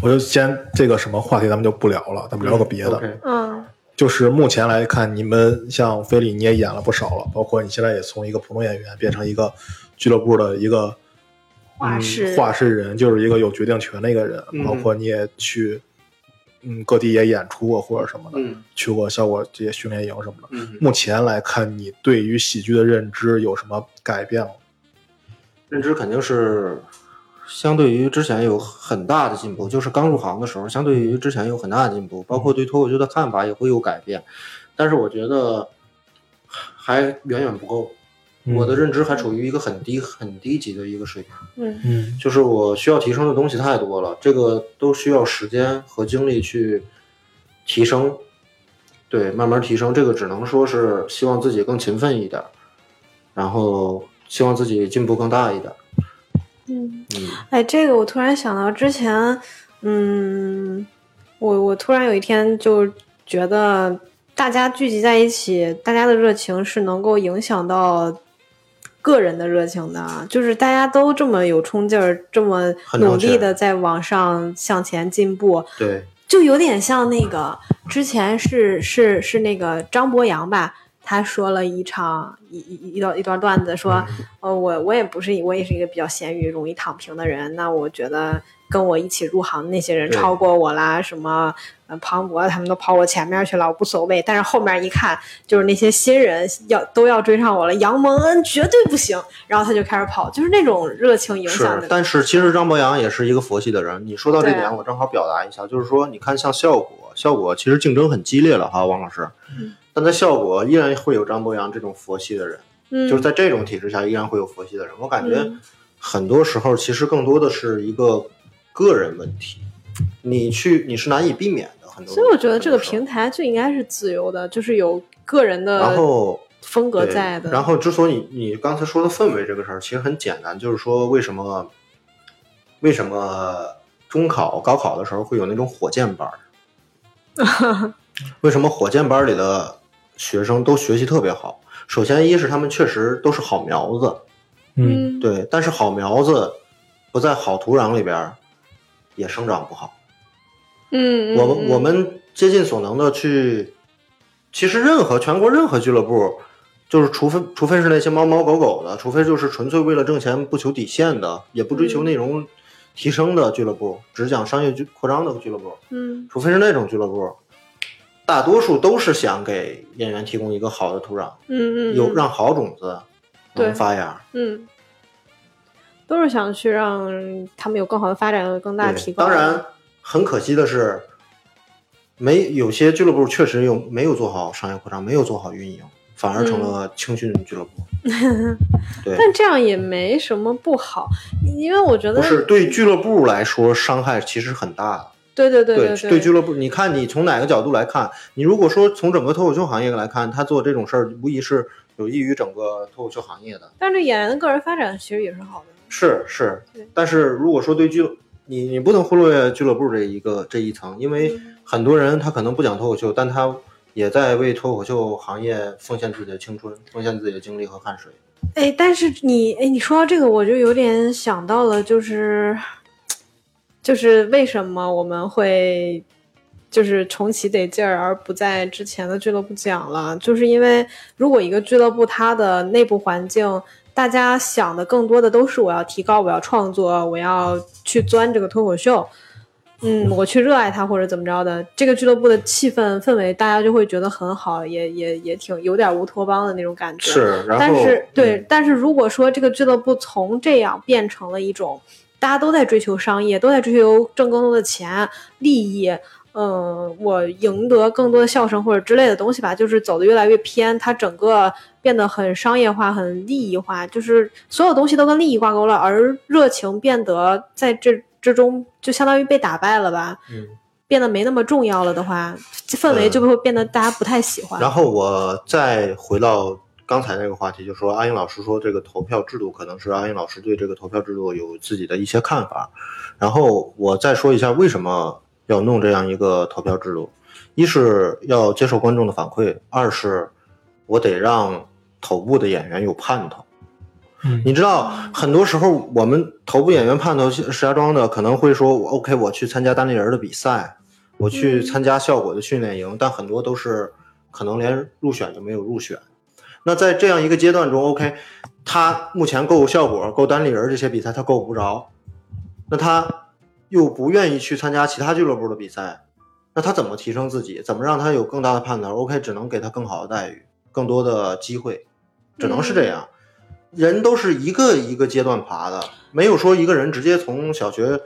S2: 我就先这个什么话题咱们就不聊了，咱们聊个别的。
S3: OK
S1: 嗯，
S2: 就是目前来看，你们像菲利，你也演了不少了，包括你现在也从一个普通演员变成一个俱乐部的一个
S1: 画室
S2: 嗯、画室人，就是一个有决定权的一个人。
S3: 嗯
S2: 包括你也去嗯各地也演出过或者什么的，
S3: 嗯
S2: 去过效果这些训练营什么的。
S3: 嗯，
S2: 目前来看，你对于喜剧的认知有什么改变吗？
S3: 认知肯定是相对于之前有很大的进步，就是刚入行的时候，相对于之前有很大的进步，包括对脱口秀的看法也会有改变。但是我觉得还远远不够，
S2: 嗯
S3: 我的认知还处于一个很低很低级的一个水平，
S1: 嗯
S2: 嗯
S3: 就是我需要提升的东西太多了，这个都需要时间和精力去提升。对，慢慢提升，这个只能说是希望自己更勤奋一点，然后希望自己进步更大一点。
S1: 嗯。
S3: 嗯。
S1: 哎，这个我突然想到之前，嗯，我我突然有一天就觉得，大家聚集在一起，大家的热情是能够影响到个人的热情的，啊就是大家都这么有冲劲儿，这么
S3: 很
S1: 努
S3: 正确
S1: 力的在往上向前进步，
S3: 对，
S1: 就有点像那个之前是是是那个张博洋吧。他说了一场一一一段一段段子说，
S3: 嗯
S1: 呃，我我也不是，我也是一个比较闲鱼、容易躺平的人。那我觉得跟我一起入行的那些人
S3: 对
S1: 超过我啦，什么呃庞博他们都跑我前面去了，我无所谓。但是后面一看，就是那些新人要都要追上我了，杨蒙恩绝对不行。然后他就开始跑，就是那种热情影响
S3: 是
S1: 的。，
S3: 但是其实张博洋也是一个佛系的人。你说到这
S1: 对啊
S3: 点，我正好表达一下，就是说，你看像效果，效果其实竞争很激烈了哈，王老师。
S1: 嗯
S3: 但在效果依然会有张博洋这种佛系的人，
S1: 嗯，
S3: 就是在这种体制下依然会有佛系的人。我感觉
S1: 嗯
S3: 很多时候其实更多的是一个个人问题，你去你是难以避免的很多。
S1: 所以我觉得这个平
S3: 台，
S1: 台就应该是自由的，就是有个人
S3: 然
S1: 的
S3: 后
S1: 风格
S3: 对，
S1: 在的。
S3: 然后之所以你刚才说的氛围这个事儿，其实很简单，就是说为什么为什么中考、
S1: [LAUGHS]
S3: 高考的时候会有那种火箭班儿？为什么火箭班里的学生都学习特别好。首先，一是他们确实都是好苗子，
S2: 嗯，
S3: 对，但是好苗子不在好土壤里边儿也生长不好。
S1: 嗯，
S3: 我们我们竭尽所能的去，其实任何全国任何俱乐部，就是除非除非是那些猫猫狗狗的，除非就是纯粹为了挣钱不求底线的，也不追求
S1: 嗯
S3: 内容提升的俱乐部，只讲商业俱扩张的俱乐部，
S1: 嗯
S3: 除非是那种俱乐部，大多数都是想给演员提供一个好的土壤，
S1: 嗯嗯
S3: 有让好种子
S1: 对
S3: 能发芽。
S1: 嗯。都是想去让他们有更好的发展，有更大的提
S3: 对，
S1: 高。
S3: 当然，很可惜的是，没有些俱乐部确实有没有做好商业扩张，没有做好运营，反而成了青训
S1: [LAUGHS]
S3: 俱乐部。对，
S1: 嗯但这样也没什么不好，因为我觉得
S3: 不是对俱乐部来说伤害其实很大的。
S1: 对对对
S3: 对
S1: 对
S3: 俱乐部，你看你从哪个角度来看？你如果说从整个脱口秀行业来看，他做这种事儿，无疑是有益于整个脱口秀行业的。
S1: 但是演员的个人发展其实也是好的。
S3: 是是
S1: 对，
S3: 但是如果说对俱乐，你你不能忽略俱乐部这一个这一层，因为
S1: 嗯
S3: 很多人他可能不讲脱口秀，但他也在为脱口秀行业奉献自己的青春，奉献自己的精力和汗水。
S1: 哎，但是你哎，你说到这个，我就有点想到了，就是就是为什么我们会就是重启得劲儿，而不在之前的俱乐部讲了，就是因为如果一个俱乐部它的内部环境。大家想的更多的都是我要提高，我要创作，我要去钻这个脱口秀，嗯，我去热爱它或者怎么着的。这个俱乐部的气氛氛围，大家就会觉得很好，也也也挺有点乌托邦的那种感觉。
S3: 是，然后
S1: 但是对，
S3: 嗯
S1: 但是如果说这个俱乐部从这样变成了一种大家都在追求商业，都在追求挣更多的钱、利益，嗯，我赢得更多的笑声或者之类的东西吧，就是走的越来越偏，它整个变得很商业化、很利益化，就是所有东西都跟利益挂钩了，而热情变得在这之中就相当于被打败了吧，
S3: 嗯
S1: 变得没那么重要了的话，氛围就会变得大家不太喜欢。
S3: 然后我再回到刚才那个话题，就说阿英老师说这个投票制度可能是阿英老师对这个投票制度有自己的一些看法。然后我再说一下为什么要弄这样一个投票制度，一是要接受观众的反馈，二是我得让头部的演员有盼头。
S2: 嗯
S3: 你知道，很多时候我们头部演员盼头石家庄的可能会说我，OK，我去参加单立人的比赛，我去参加效果的训练营，但很多都是可能连入选都没有入选。那在这样一个阶段中，OK，他目前够效果、够单立人这些比赛他够不着，那他又不愿意去参加其他俱乐部的比赛，那他怎么提升自己？怎么让他有更大的盼头？OK，只能给他更好的待遇、更多的机会，只能是这样。人都是一个一个阶段爬的，没有说一个人直接从小学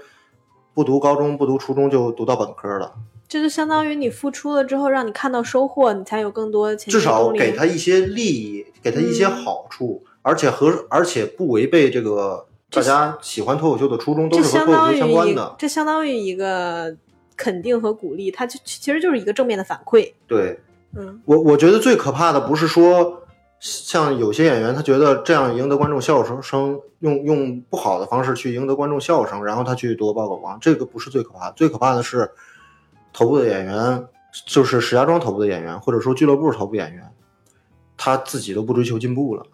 S3: 不读高中、不读初中就读到本科了。
S1: 这就相当于你付出了之后，让你看到收获，你才有更多前进
S3: 至
S1: 的
S3: 少
S1: 动力
S3: 给他一些利益，给他一些好处，而且和而且不违背这个大家喜欢脱口秀的初衷，
S1: 这
S3: 都是和
S1: 相
S3: 脱口
S1: 当
S3: 秀
S1: 于
S3: 相
S1: 一
S3: 关的
S1: 个。这相当于一个肯定和鼓励，它就其实就是一个正面的反馈。
S3: 对
S1: 嗯
S3: 我，我觉得最可怕的不是说像有些演员，他觉得这样赢得观众笑声，用用不好的方式去赢得观众笑声，然后他去夺爆狗王，这个不是最可怕的，最可怕的是头部的演员，就是石家庄头部的演员，或者说俱乐部头部演员，他自己都不追求进步了。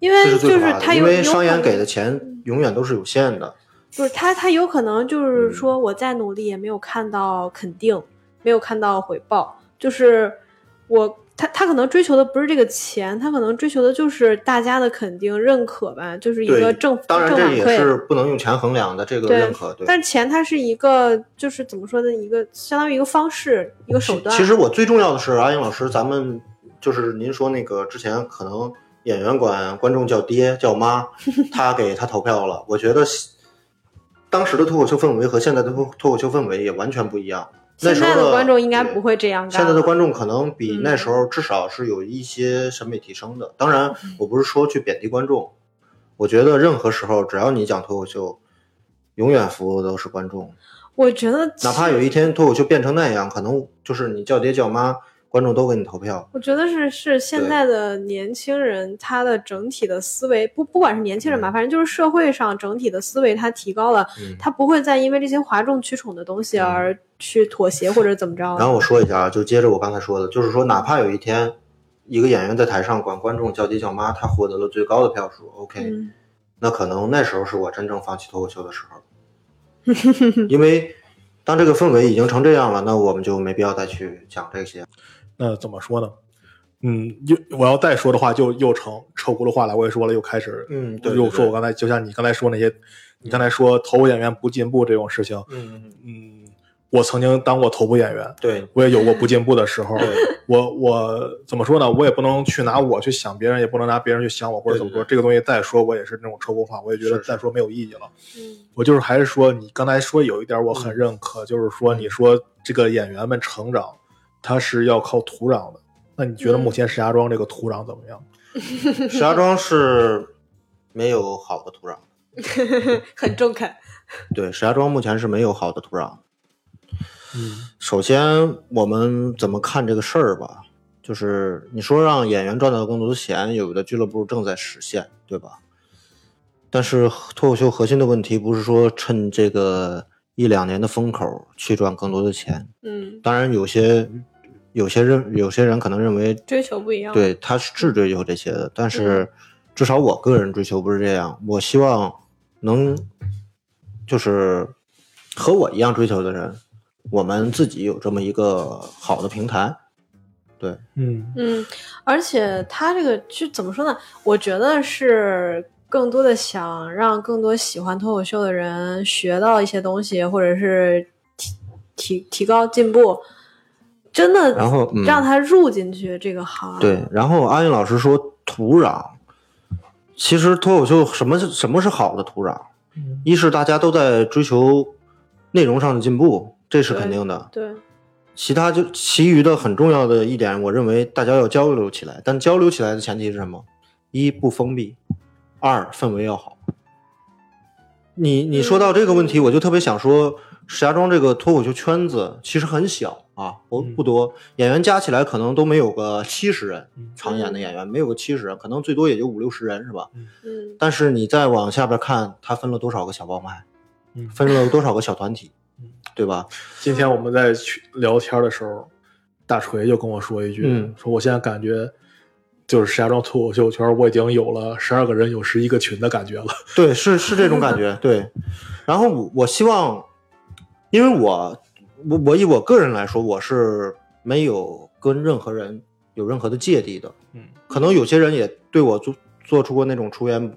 S1: 因为
S3: 这是
S1: 就
S3: 最可
S1: 是
S3: 怕
S1: 他
S3: 的，
S1: 有
S3: 因为
S1: 有
S3: 商
S1: 可
S3: 演
S1: 能
S3: 给的钱永远都是有限的。
S1: 不是他，他有可能就是
S3: 嗯
S1: 说我再努力也没有看到肯定，没有看到回报，就是我他他可能追求的不是这个钱，他可能追求的就是大家的肯定认可吧，就是一个正
S3: 当然
S1: 正
S3: 这
S1: 反
S3: 也
S1: 馈。
S3: 是不能用钱衡量的，这个
S1: 对
S3: 认可。对，
S1: 但是钱它是一个，就是怎么说呢，一个相当于一个方式，一个手段。
S3: 其实我最重要的是，阿英老师，咱们就是您说那个之前可能演员管观众叫爹
S1: [LAUGHS]
S3: 叫妈，他给他投票了。我觉得当时的脱口秀氛围和现在的脱脱口秀氛围也完全不一样。那
S1: 现
S3: 时候
S1: 在的观众应该不
S3: 会。
S1: 会这样干。
S3: 现在的观众可能比
S1: 嗯
S3: 那时候至少是有一些审美提升的。当然，
S1: 嗯
S3: 我不是说去贬低观众，我觉得任何时候只要你讲脱口秀，永远服务的都是观众。
S1: 我觉得其实，
S3: 哪怕有一天脱口秀变成那样，可能就是你叫爹叫妈，观众都给你投票。
S1: 我觉得是是现在的年轻人，他的整体的思维，不不管是年轻人吧，
S3: 嗯
S1: 反正就是社会上整体的思维，他提高了，
S3: 嗯。
S1: 他不会再因为这些哗众取宠的东西而去妥协或者怎么着。
S3: 然后我说一下啊，就接着我刚才说的，就是说，哪怕有一天一个演员在台上管观众叫爹叫妈，他获得了最高的票数，OK，、
S1: 嗯
S3: 那可能那时候是我真正放弃脱口秀的时候，因为当这个氛围已经成这样了，那我们就没必要再去讲这些。
S2: 那怎么说呢？嗯，又我要再说的话，就又成扯轱辘话来。我也说了，又开始，
S3: 嗯对
S2: 又
S3: 对
S2: 说
S3: 对
S2: 我刚才就像你刚才说那些，你刚才说头部演员不进步这种事情，
S3: 嗯，
S2: 嗯，我曾经当过头部演员，
S3: 对，
S2: 我也有过不进步的时候。
S3: 对，
S2: 我我怎么说呢？我也不能去拿我去想别人，也不能拿别人去想我，或者怎么说。
S3: 对对对
S2: 这个东西再说，我也是那种抽空话，我也觉得
S3: 是是
S2: 再说没有意义了。
S1: 嗯
S2: 我就是还是说，你刚才说有一点我很认可，就是说你说这个演员们成长，他是要靠土壤的。那你觉得
S1: 嗯
S2: 目前石家庄这个土壤怎么样？
S3: 石家庄是没有好的土壤。
S1: 很中肯。
S3: 对，石家庄目前是没有好的土壤。
S2: 嗯
S3: 首先，我们怎么看这个事儿吧？就是你说让演员赚到更多的钱，有的俱乐部正在实现，对吧？但是脱口秀核心的问题不是说趁这个一两年的风口去赚更多的钱。
S1: 嗯，
S3: 当然，有些有些人有些人可能认为
S1: 追求不一样。，
S3: 对，他是追求这些的，
S1: 嗯
S3: 但是至少我个人追求不是这样。我希望能就是和我一样追求的人，我们自己有这么一个好的平台。对，
S2: 嗯
S1: 嗯，而且他这个就怎么说呢？我觉得是更多的想让更多喜欢脱口秀的人学到一些东西，或者是提提提高进步，真的，
S3: 然后嗯
S1: 让他入进去这个行。
S3: 对，，然后阿云老师说土壤，其实脱口秀什么是什么是好的土壤？
S2: 嗯
S3: 一是大家都在追求内容上的进步，这是
S1: 对
S3: 肯定的。
S1: 对，
S3: 其他就其余的很重要的一点，我认为大家要交流起来，但交流起来的前提是什么？一不封闭，二氛围要好。你你说到这个问
S2: 嗯
S3: 题，我就特别想说，石家庄这个脱口秀圈子其实很小啊，不
S2: 嗯
S3: 不多，演员加起来可能都没有个七十人
S2: 嗯，
S3: 常演的演员没有个七十人，可能最多也就五六十人是吧？
S1: 嗯
S3: 但是你再往下边看，它分了多少个小帮派，
S2: 嗯。
S3: 分了多少个小团体
S2: 嗯，
S3: 对吧？
S2: 今天我们在去聊天的时候，大锤就跟我说一句，
S3: 嗯
S2: 说我现在感觉。就是石家庄脱口秀圈，我已经有了十二个人有十一个群的感觉了。
S3: 对，是是这种感觉，对。然后我我希望，因为我我我以我个人来说，我是没有跟任何人有任何的芥蒂的。
S2: 嗯，
S3: 可能有些人也对我做做出过那种出言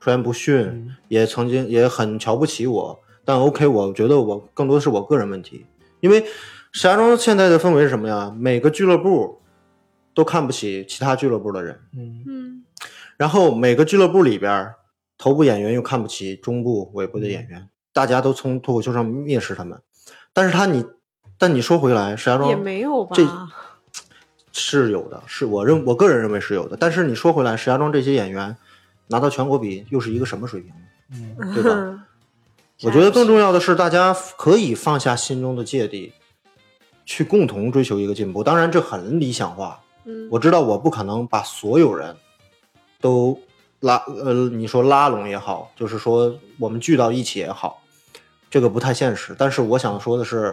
S3: 出言不逊，
S2: 嗯
S3: 也曾经也很瞧不起我。但 OK，我觉得我更多的是我个人问题，因为石家庄现在的氛围是什么呀？每个俱乐部都看不起其他俱乐部的人，
S2: 嗯
S1: 嗯
S3: 然后每个俱乐部里边儿，头部演员又看不起中部、尾部的
S1: 嗯
S3: 演员，大家都从脱口秀上蔑视他们。但是他你，但你说回来，石家
S1: 也
S3: 庄
S1: 没有 [LAUGHS] 吧。
S3: 这是有的，是我认我个人认为是有的。但是你说回来，石家庄这些演员拿到全国比又是一个什么水平？
S2: 嗯
S3: 对吧？我觉得更重要的是，大家可以放下心中的芥蒂，去共同追求一个进步。当然，这很理想化，
S1: 嗯，
S3: 我知道我不可能把所有人都拉呃，你说拉拢也好，就是说我们聚到一起也好，这个不太现实。但是我想说的是，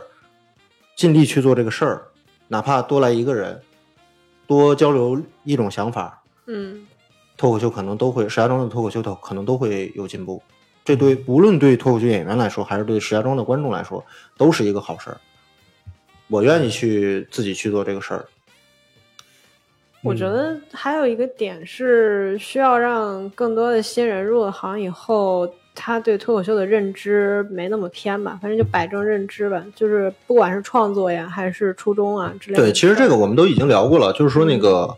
S3: 尽力去做这个事儿，哪怕多来一个人，多交流一种想法，
S1: 嗯
S3: 脱口秀可能都会，石家庄的脱口秀可能都会有进步。这对无论对脱口秀演员来说，还是对石家庄的观众来说，都是一个好事儿。我愿意去自己去做这个事儿。
S1: 我觉得还有一个点是需要让更多的新人入了行以后，他对脱口秀的认知没那么偏吧，反正就摆正认知吧，就是不管是创作呀，还是初衷啊之类的。嗯
S3: 对，其实这个我们都已经聊过了，就是说那个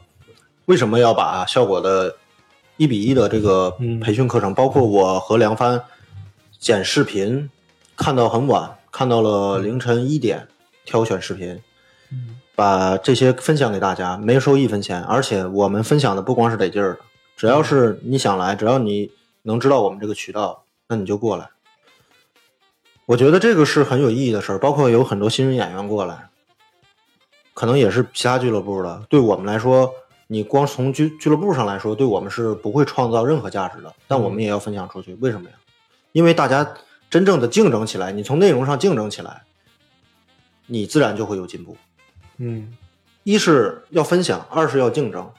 S3: 为什么要把效果的一比一的这个
S2: 嗯
S3: 培训课程，包括我和梁帆剪视频，看到很晚，看到了凌晨一点挑选视频，
S2: 嗯
S3: 把这些分享给大家，没收一分钱，而且我们分享的不光是得劲儿的，
S2: 嗯
S3: 只要是你想来，只要你能知道我们这个渠道，那你就过来。我觉得这个是很有意义的事儿，包括有很多新人演员过来，可能也是其他俱乐部的。对我们来说，你光从俱俱乐部上来说，对我们是不会创造任何价值的。但我们也要分享出去，为什么呀？因为大家真正的竞争起来，你从内容上竞争起来，你自然就会有进步。
S2: 嗯
S3: 一是要分享，二是要竞争，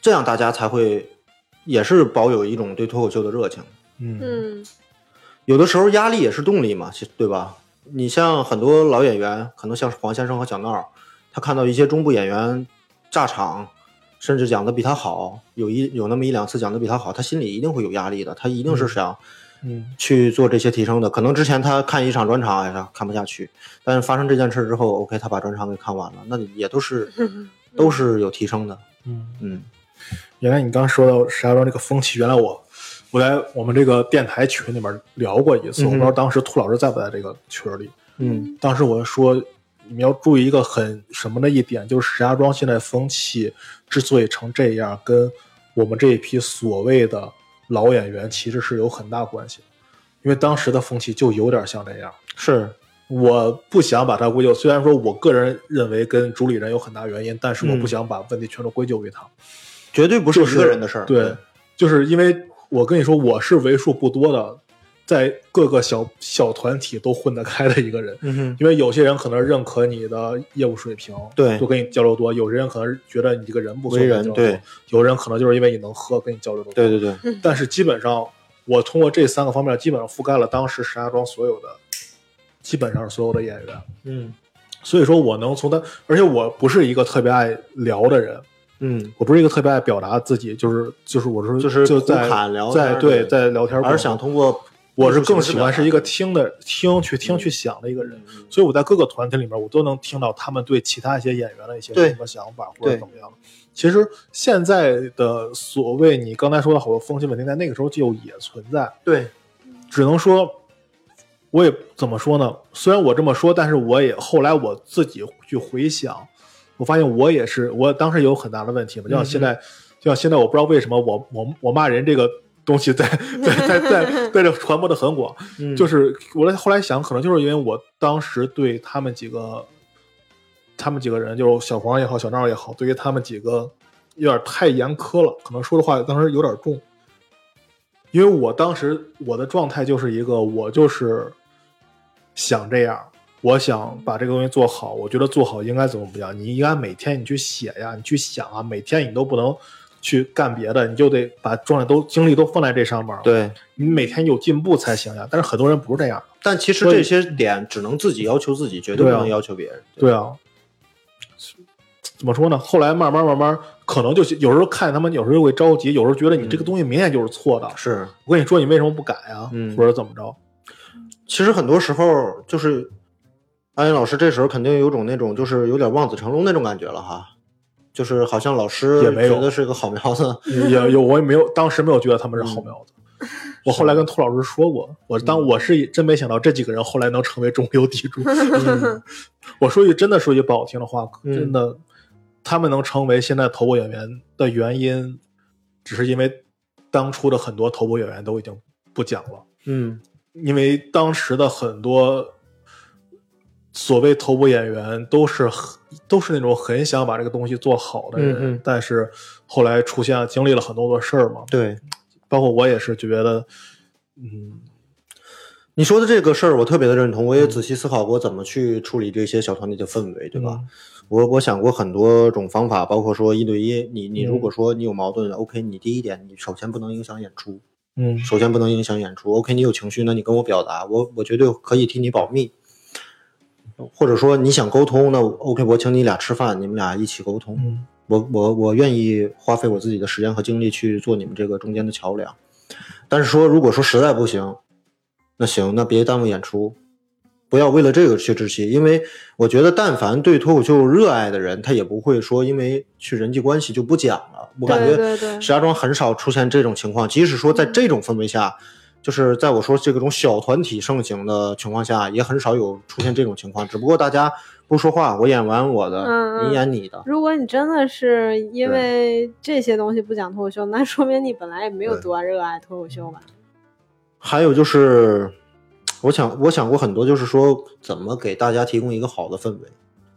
S3: 这样大家才会也是保有一种对脱口秀的热情。
S2: 嗯
S1: 嗯
S3: 有的时候压力也是动力嘛，其实对吧？你像很多老演员，可能像是黄先生和小闹儿，他看到一些中部演员炸场，甚至讲的比他好，有一有那么一两次讲的比他好，他心里一定会有压力的，他一定是想
S2: 嗯
S3: 去做这些提升的。可能之前他看一场专场，哎呀，看不下去，但是发生这件事之后，OK，他把专场给看完了，那也都是
S1: 嗯
S3: 都是有提升的。
S2: 嗯。
S3: 嗯，
S2: 原来你刚说到石家庄这个风气，原来我我在我们这个电台群里面聊过一次，
S3: 嗯哼
S2: 我不知道当时兔老师在不在这个群里。
S3: 嗯
S2: 当时我说，你们要注意一个很什么的一点，就是石家庄现在风气之所以成这样，跟我们这一批所谓的老演员其实是有很大关系的，因为当时的风气就有点像这样。
S3: 是，
S2: 我不想把它归咎，虽然说我个人认为跟主理人有很大原因，但是我
S3: 嗯
S2: 不想把问题全都归咎于他。
S3: 绝对不是
S2: 就
S3: 一个人的事儿。
S2: 对，就是因为我跟你说，我是为数不多的在各个小小团体都混得开的一个人。
S3: 嗯哼，
S2: 因为有些人可能认可你的业务水平，
S3: 对
S2: 就跟你交流多；有些人可能觉得你这个人不错，
S3: 为人
S2: 跟你交流多
S3: 对；
S2: 有人可能就是因为你能喝，跟你交流的多。
S3: 对对对，
S2: 但是基本上，我通过这三个方面，基本上覆盖了当时石家庄所有的，基本上所有的演员。
S3: 嗯
S2: 所以说我能从他，而且我不是一个特别爱聊的人，
S3: 嗯，
S2: 我不是一个特别爱表达自己，就是就是我是
S3: 就是
S2: 就
S3: 胡
S2: 在
S3: 侃聊天
S2: 在
S3: 儿
S2: 对
S3: 的
S2: 在聊天儿过程中，
S3: 而是想通过
S2: 我是
S3: 艺术形
S2: 更
S3: 式
S2: 喜
S3: 表
S2: 欢
S3: 达
S2: 是一个听的听去听去想的一个人，
S3: 嗯
S2: 所以我在各个团体里面，我都能听到他们对其他一些演员的一些
S3: 对
S2: 什么想法或者
S3: 对
S2: 怎么样的。其实现在的所谓你刚才说的好多风气问题，在那个时候就也存在，
S3: 对，
S2: 只能说，我也怎么说呢？虽然我这么说，但是我也后来我自己去回想，我发现我也是，我当时也有很大的问题嘛。就像现在，就像现在，我不知道为什么我我我骂人这个东西在 [LAUGHS] 在在在在这传播的很广，
S3: 嗯
S2: 就是我后来想，可能就是因为我当时对他们几个，他们几个人，就是小黄也好，小赵也好，对于他们几个有点太严苛了，可能说的话当时有点重。因为我当时我的状态就是一个，我就是想这样，我想把这个东西做好，我觉得做好应该怎么怎么样，你应该每天你去写呀，你去想啊，每天你都不能去干别的，你就得把状态都精力都放在这上面。
S3: 对。
S2: 你每天有进步才行呀。但是很多人不是这样的，
S3: 但其实
S2: 所以
S3: 这些点只能自己要求自己，绝对不
S2: 对啊
S3: 能要求别人。
S2: 对啊。怎么说呢？后来慢慢慢慢，可能就是有时候看他们，有时候又会着急，有时候觉得你这个东西明显就是错的。
S3: 是，
S2: 我跟你说，你为什么不改啊？
S3: 嗯
S2: 或者怎么着？
S3: 其实很多时候就是安云老师这时候肯定有种那种就是有点望子成龙那种感觉了哈，就是好像老师
S2: 也没有
S3: 觉得是个好
S2: [LAUGHS]
S3: 苗子，
S2: 也有我也没有，当时没有觉得他们是好苗子。我后来跟兔老师说过，我当我是真没想到这几个人后来能成为中流砥柱。我说句真的说句不好听的话，
S3: 嗯
S2: 真的，他们能成为现在头部演员的原因，只是因为当初的很多头部演员都已经不讲了，
S3: 嗯
S2: 因为当时的很多所谓头部演员都是很都是那种很想把这个东西做好的人，
S3: 嗯嗯
S2: 但是后来出现经历了很多的事儿嘛，
S3: [LAUGHS] 对。
S2: 包括我也是觉得，嗯，
S3: 你说的这个事儿，我特别的认同，我也仔细思考过怎么去处理这些小团体的氛围，对吧？我我想过很多种方法，包括说一对一，你你如果说你有矛盾、o k 你第一点，你首先不能影响演出，
S2: 嗯
S3: 首先不能影响演出。OK，你有情绪，那你跟我表达，我我绝对可以替你保密。或者说你想沟通，那 OK，我请你俩吃饭，你们俩一起沟通。
S2: 嗯
S3: 我我我愿意花费我自己的时间和精力去做你们这个中间的桥梁。但是说，如果说实在不行，那行，那别耽误演出，不要为了这个去窒息。因为我觉得，但凡对脱口秀热爱的人，他也不会说因为去人际关系就不讲了。我感觉
S1: 对对对嗯
S3: 石家庄很少出现这种情况，即使说在这种氛围下。就是在我说这种小团体盛行的情况下，也很少有出现这种情况。只不过大家不说话，我演完我的，
S1: 嗯嗯
S3: 你演你的，
S1: [LAUGHS] 如果你真的是因为这些东西不讲脱口秀，那说明你本来也没有
S3: 对
S1: 多热爱脱口秀吧？
S3: 还有就是，我想我想过很多，就是说怎么给大家提供一个好的氛围。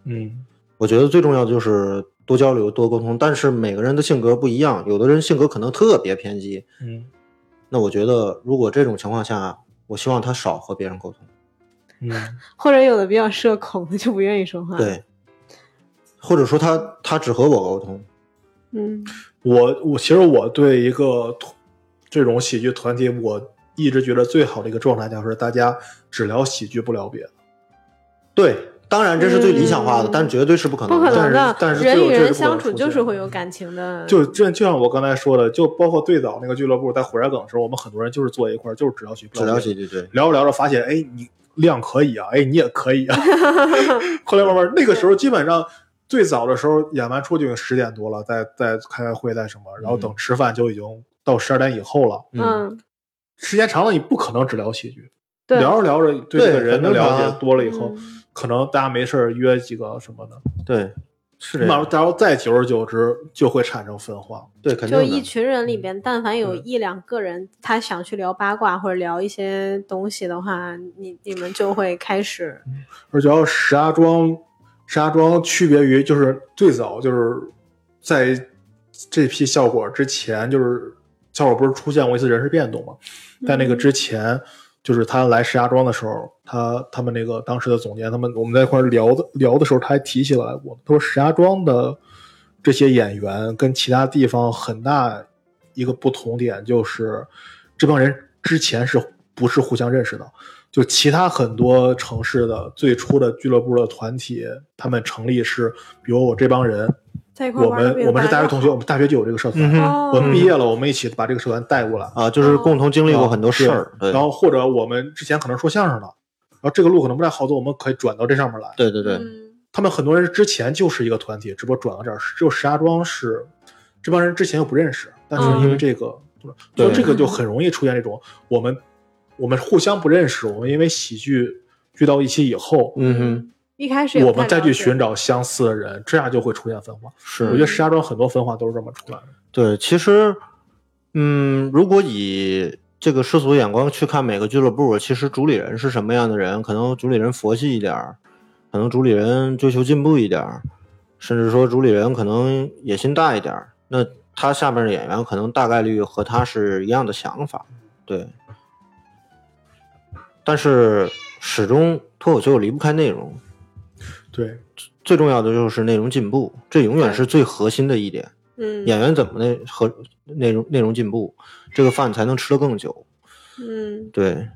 S2: 嗯
S3: 我觉得最重要的就是多交流、多沟通。但是每个人的性格不一样，有的人性格可能特别偏激。
S2: 嗯
S3: 那我觉得，如果这种情况下，我希望他少和别人沟通。
S2: 嗯，
S1: 嗯或者有的比较社恐，就不愿意说话。
S3: 对，或者说他他只和我沟通，
S4: 嗯
S2: 我我其实我对一个团这种喜剧团体，我一直觉得最好的一个状态就是大家只聊喜剧不聊别的。
S3: 对，当然这是最理想化的，
S4: 嗯
S3: 但绝对是不可
S1: 不
S3: 能
S1: 可
S3: 的。
S1: 能的，
S2: 但是但是
S1: 人
S2: 最后
S1: 与
S2: 这是
S1: 人
S2: 不可能
S1: 相处
S2: 出
S1: 就是
S2: 现
S1: 会有感情的，
S2: 就这就像我刚才说的，就包括最早那个俱乐部在火柴梗的时候，我们很多人就是坐一块儿，就是只聊喜剧，
S3: 只聊喜剧，对，
S2: 聊着聊着发现，哎，你量可以啊，哎，你也可以啊。后来慢慢，那个时候基本上最早的时候演完出就已经十点多了，在在开开会在什么，然后等吃饭就已经到十二点以后了。
S3: 嗯，
S1: 嗯，
S2: 时间长了，你不可能只聊喜剧，
S1: 对，嗯
S2: 聊着聊着对
S3: 对
S2: 这个人的
S3: 很正
S2: 了
S3: 常啊
S2: 解多了以后，可能大家没事儿约几个什么的，
S3: 对，是这
S2: 慢慢
S3: 样，
S2: 然后再久而久之就会产生分化。
S3: 对，肯
S1: 就
S3: 定的。
S1: 一群人里边，但凡有
S2: 嗯
S1: 一两个人他想去聊八卦或者聊一些东西的话，你你们就会开始，
S2: 而且要石家庄，石家庄区别于就是最早就是在这批效果之前，就是效果不是出现过一次人事变动嘛？在那个之前，就是他来石家庄的时候，他他们那个当时的总监，他们我们在一块儿聊的聊的时候，他还提起来过，他说石家庄的这些演员跟其他地方很大一个不同点就是，这帮人之前是不是互相认识的？就其他很多城市的最初的俱乐部的团体，他们成立是，比如我这帮人，
S1: 在一块
S2: 我
S1: 玩儿
S2: 们我们是大学同学，我们大学就有这个社团，
S3: 嗯
S1: 哦
S2: 我们毕业了，我们一起把这个社团带过来，
S3: 啊，就是共同经历过很多事
S2: 啊
S3: 儿，
S2: 对
S3: 对
S2: 然后或者我们之前可能说相声的，然后这个路可能不太好走，我们可以转到这上面来。
S3: 对对对，
S1: 嗯
S2: 他们很多人之前就是一个团体，只不过转到这儿，只有石家庄是这帮人之前又不认识，但是因为这个，所
S3: 嗯对
S2: 以这个就很容易出现这种我们我们互相不认识，我们因为喜剧聚到一起以后，
S3: 嗯哼，
S1: 一开始也
S2: 我
S1: 不太
S2: 们再
S1: 了
S2: 去
S1: 解
S2: 寻找相似的人，这样就会出现分化。
S3: 是
S2: 我觉得石家庄很多分化都是这么出来的。
S3: 对，其实，嗯，如果以这个世俗眼光去看每个俱乐部，其实主理人是什么样的人，可能主理人佛系一点儿，可能主理人追求进步一点儿，甚至说主理人可能野心大一点儿，那他下面的演员可能大概率和他是一样的想法，对。但是始终脱口秀离不开内容，
S2: 对，
S3: 最重要的就是内容进步，这永远是最核心的一点。
S1: 嗯
S3: 演员怎么内和内容内容进步，这个饭才能吃得更久。
S1: 嗯
S3: 对，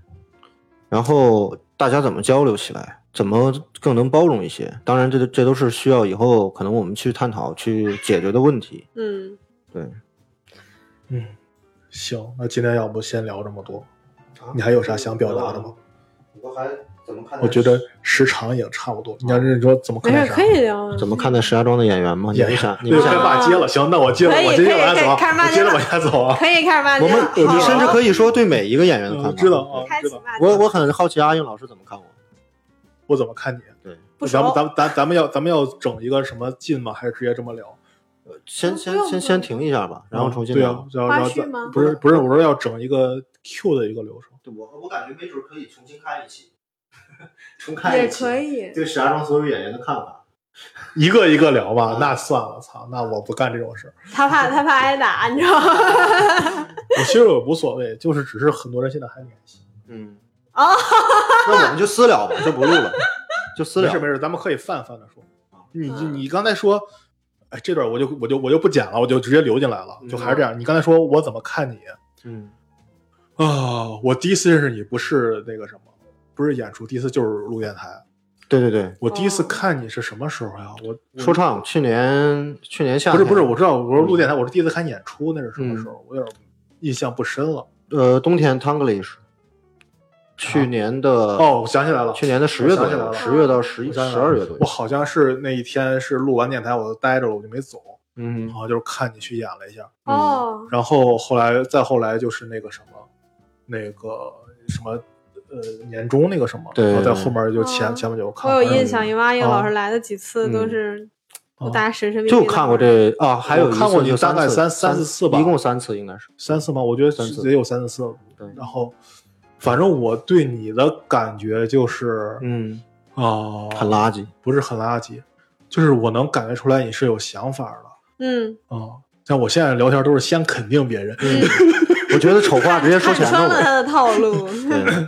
S3: 然后大家怎么交流起来，怎么更能包容一些？当然这，这都是需要以后可能我们去探讨、去解决的问题。
S1: 嗯，
S3: 对，
S2: 嗯，行，那今天要不先聊这么多，你还有啥想表达的吗？？
S3: 我还怎么看
S2: 我觉得时长也差不多。你要是说怎么看
S1: 没
S2: 待
S1: 事
S2: 啥？
S1: 可以聊啊，
S3: 怎么看待石家庄的演员吗？你
S2: 演
S3: 们想，你
S2: 对
S3: 们
S2: 我
S3: 想
S2: 该
S1: 啊
S2: 骂街了。行，那我接着，
S1: 可以
S2: 我接着往下走
S1: 可以可以开始
S2: 啊，
S1: 骂
S2: 我
S1: 街
S2: 接
S1: 了
S2: 着往下走啊。
S1: 可以开始骂街
S3: 我
S1: 了，
S3: 们
S1: 好
S3: 你甚至
S1: 啊
S3: 可以说对每一个演员的看法。
S2: 嗯，知道啊，
S1: 开
S2: 知
S1: 始
S2: 道。
S1: 骂街，
S3: 我我很好奇阿英老师怎么看我。
S2: 我怎么看你？
S3: 对，
S1: 不
S2: 咱们
S1: 熟
S2: 咱们咱咱们要咱们要整一个什么进吗？还是直接这么聊？
S3: 先
S1: 不
S3: 先
S1: 用
S3: 先
S1: 不
S3: 先
S1: 用
S3: 停一下吧，然后重新
S2: 对
S3: 聊。
S2: 啊，然后
S1: 花
S2: 然后
S1: 絮
S2: 咱
S1: 吗
S2: 不是不是，我说要整一个 Q 的一个流程。
S3: 对我我感觉没准可以重新看一期， [LAUGHS] 重
S1: 也可以，
S3: 对石家庄所有演员的看法。
S2: 一个一个聊吧， [LAUGHS] 那算了，操，那我不干这种事儿。
S1: 他怕他怕挨打，你知道吗？
S2: 我其实我无所谓，就是只是很多人现在还年轻。
S3: 嗯，
S1: 哦，
S3: 那我们就私聊吧，就不录了，就私
S2: 没
S3: 聊
S2: 事。没事，咱们可以泛泛的说。啊你
S1: 嗯
S2: 你你刚才说，哎，这段我就我就我就不剪了，我就直接流进来了，就还是这样。你刚才说我怎么看你
S3: 嗯，
S2: 啊？我第一次认识你不是那个什么，不是演出，第一次就是录电台。
S3: 对对对，
S2: 我第一次
S1: 哦
S2: 看你是什么时候呀？我我
S3: 说唱嗯去年去年夏
S2: 不是
S3: 天
S2: 不是，我知道，我说录电台，我是第一次看演出，那是什么时
S3: 嗯
S2: 候？我有点印象不深了。
S3: 呃冬天 Tanglish，去年的
S2: 啊哦，我想起来了，
S3: 去年的十月左
S2: 我想起来
S3: 右，
S2: 了
S3: 十月到十一
S2: 我想起
S3: 十
S2: 来了
S3: 二月左
S2: 我
S3: 右。
S2: 好像是那一天是录完电台，我就待着了，我就没走，
S3: 嗯
S2: 然，后就是看你去演了一下。
S1: 哦，
S2: 然后后来再后来就是那个什么，那个什么呃年终那个什么，
S3: 对
S2: 然后在后面就前、
S1: 哦
S2: 前面就看，
S1: 我有印象，
S2: 嗯
S1: 因为阿英老师
S2: 哦
S1: 来的几次都是
S2: 哦
S1: 大家神神秘秘
S3: 就
S1: 地
S3: 看
S1: 玩儿，
S3: 过这啊，还有
S2: 我看过你
S3: 一次
S2: 大概三
S3: 三
S2: 三四次吧
S3: 一共三次应该是。
S2: 三次吗？我觉得
S3: 三次
S2: 也有三四次。
S3: 对
S2: 然后反正我对你的感觉就是
S3: 嗯，
S2: 啊、
S3: 很垃圾。
S2: 不是很垃圾，就是我能感觉出来你是有想法的
S1: 嗯，
S2: 啊、像我现在聊天都是先肯定别人，
S3: 嗯我觉得丑话直接说
S1: 看
S3: 前
S1: 穿
S3: 头
S1: 了。
S3: [LAUGHS]
S1: 他的套路，
S3: 对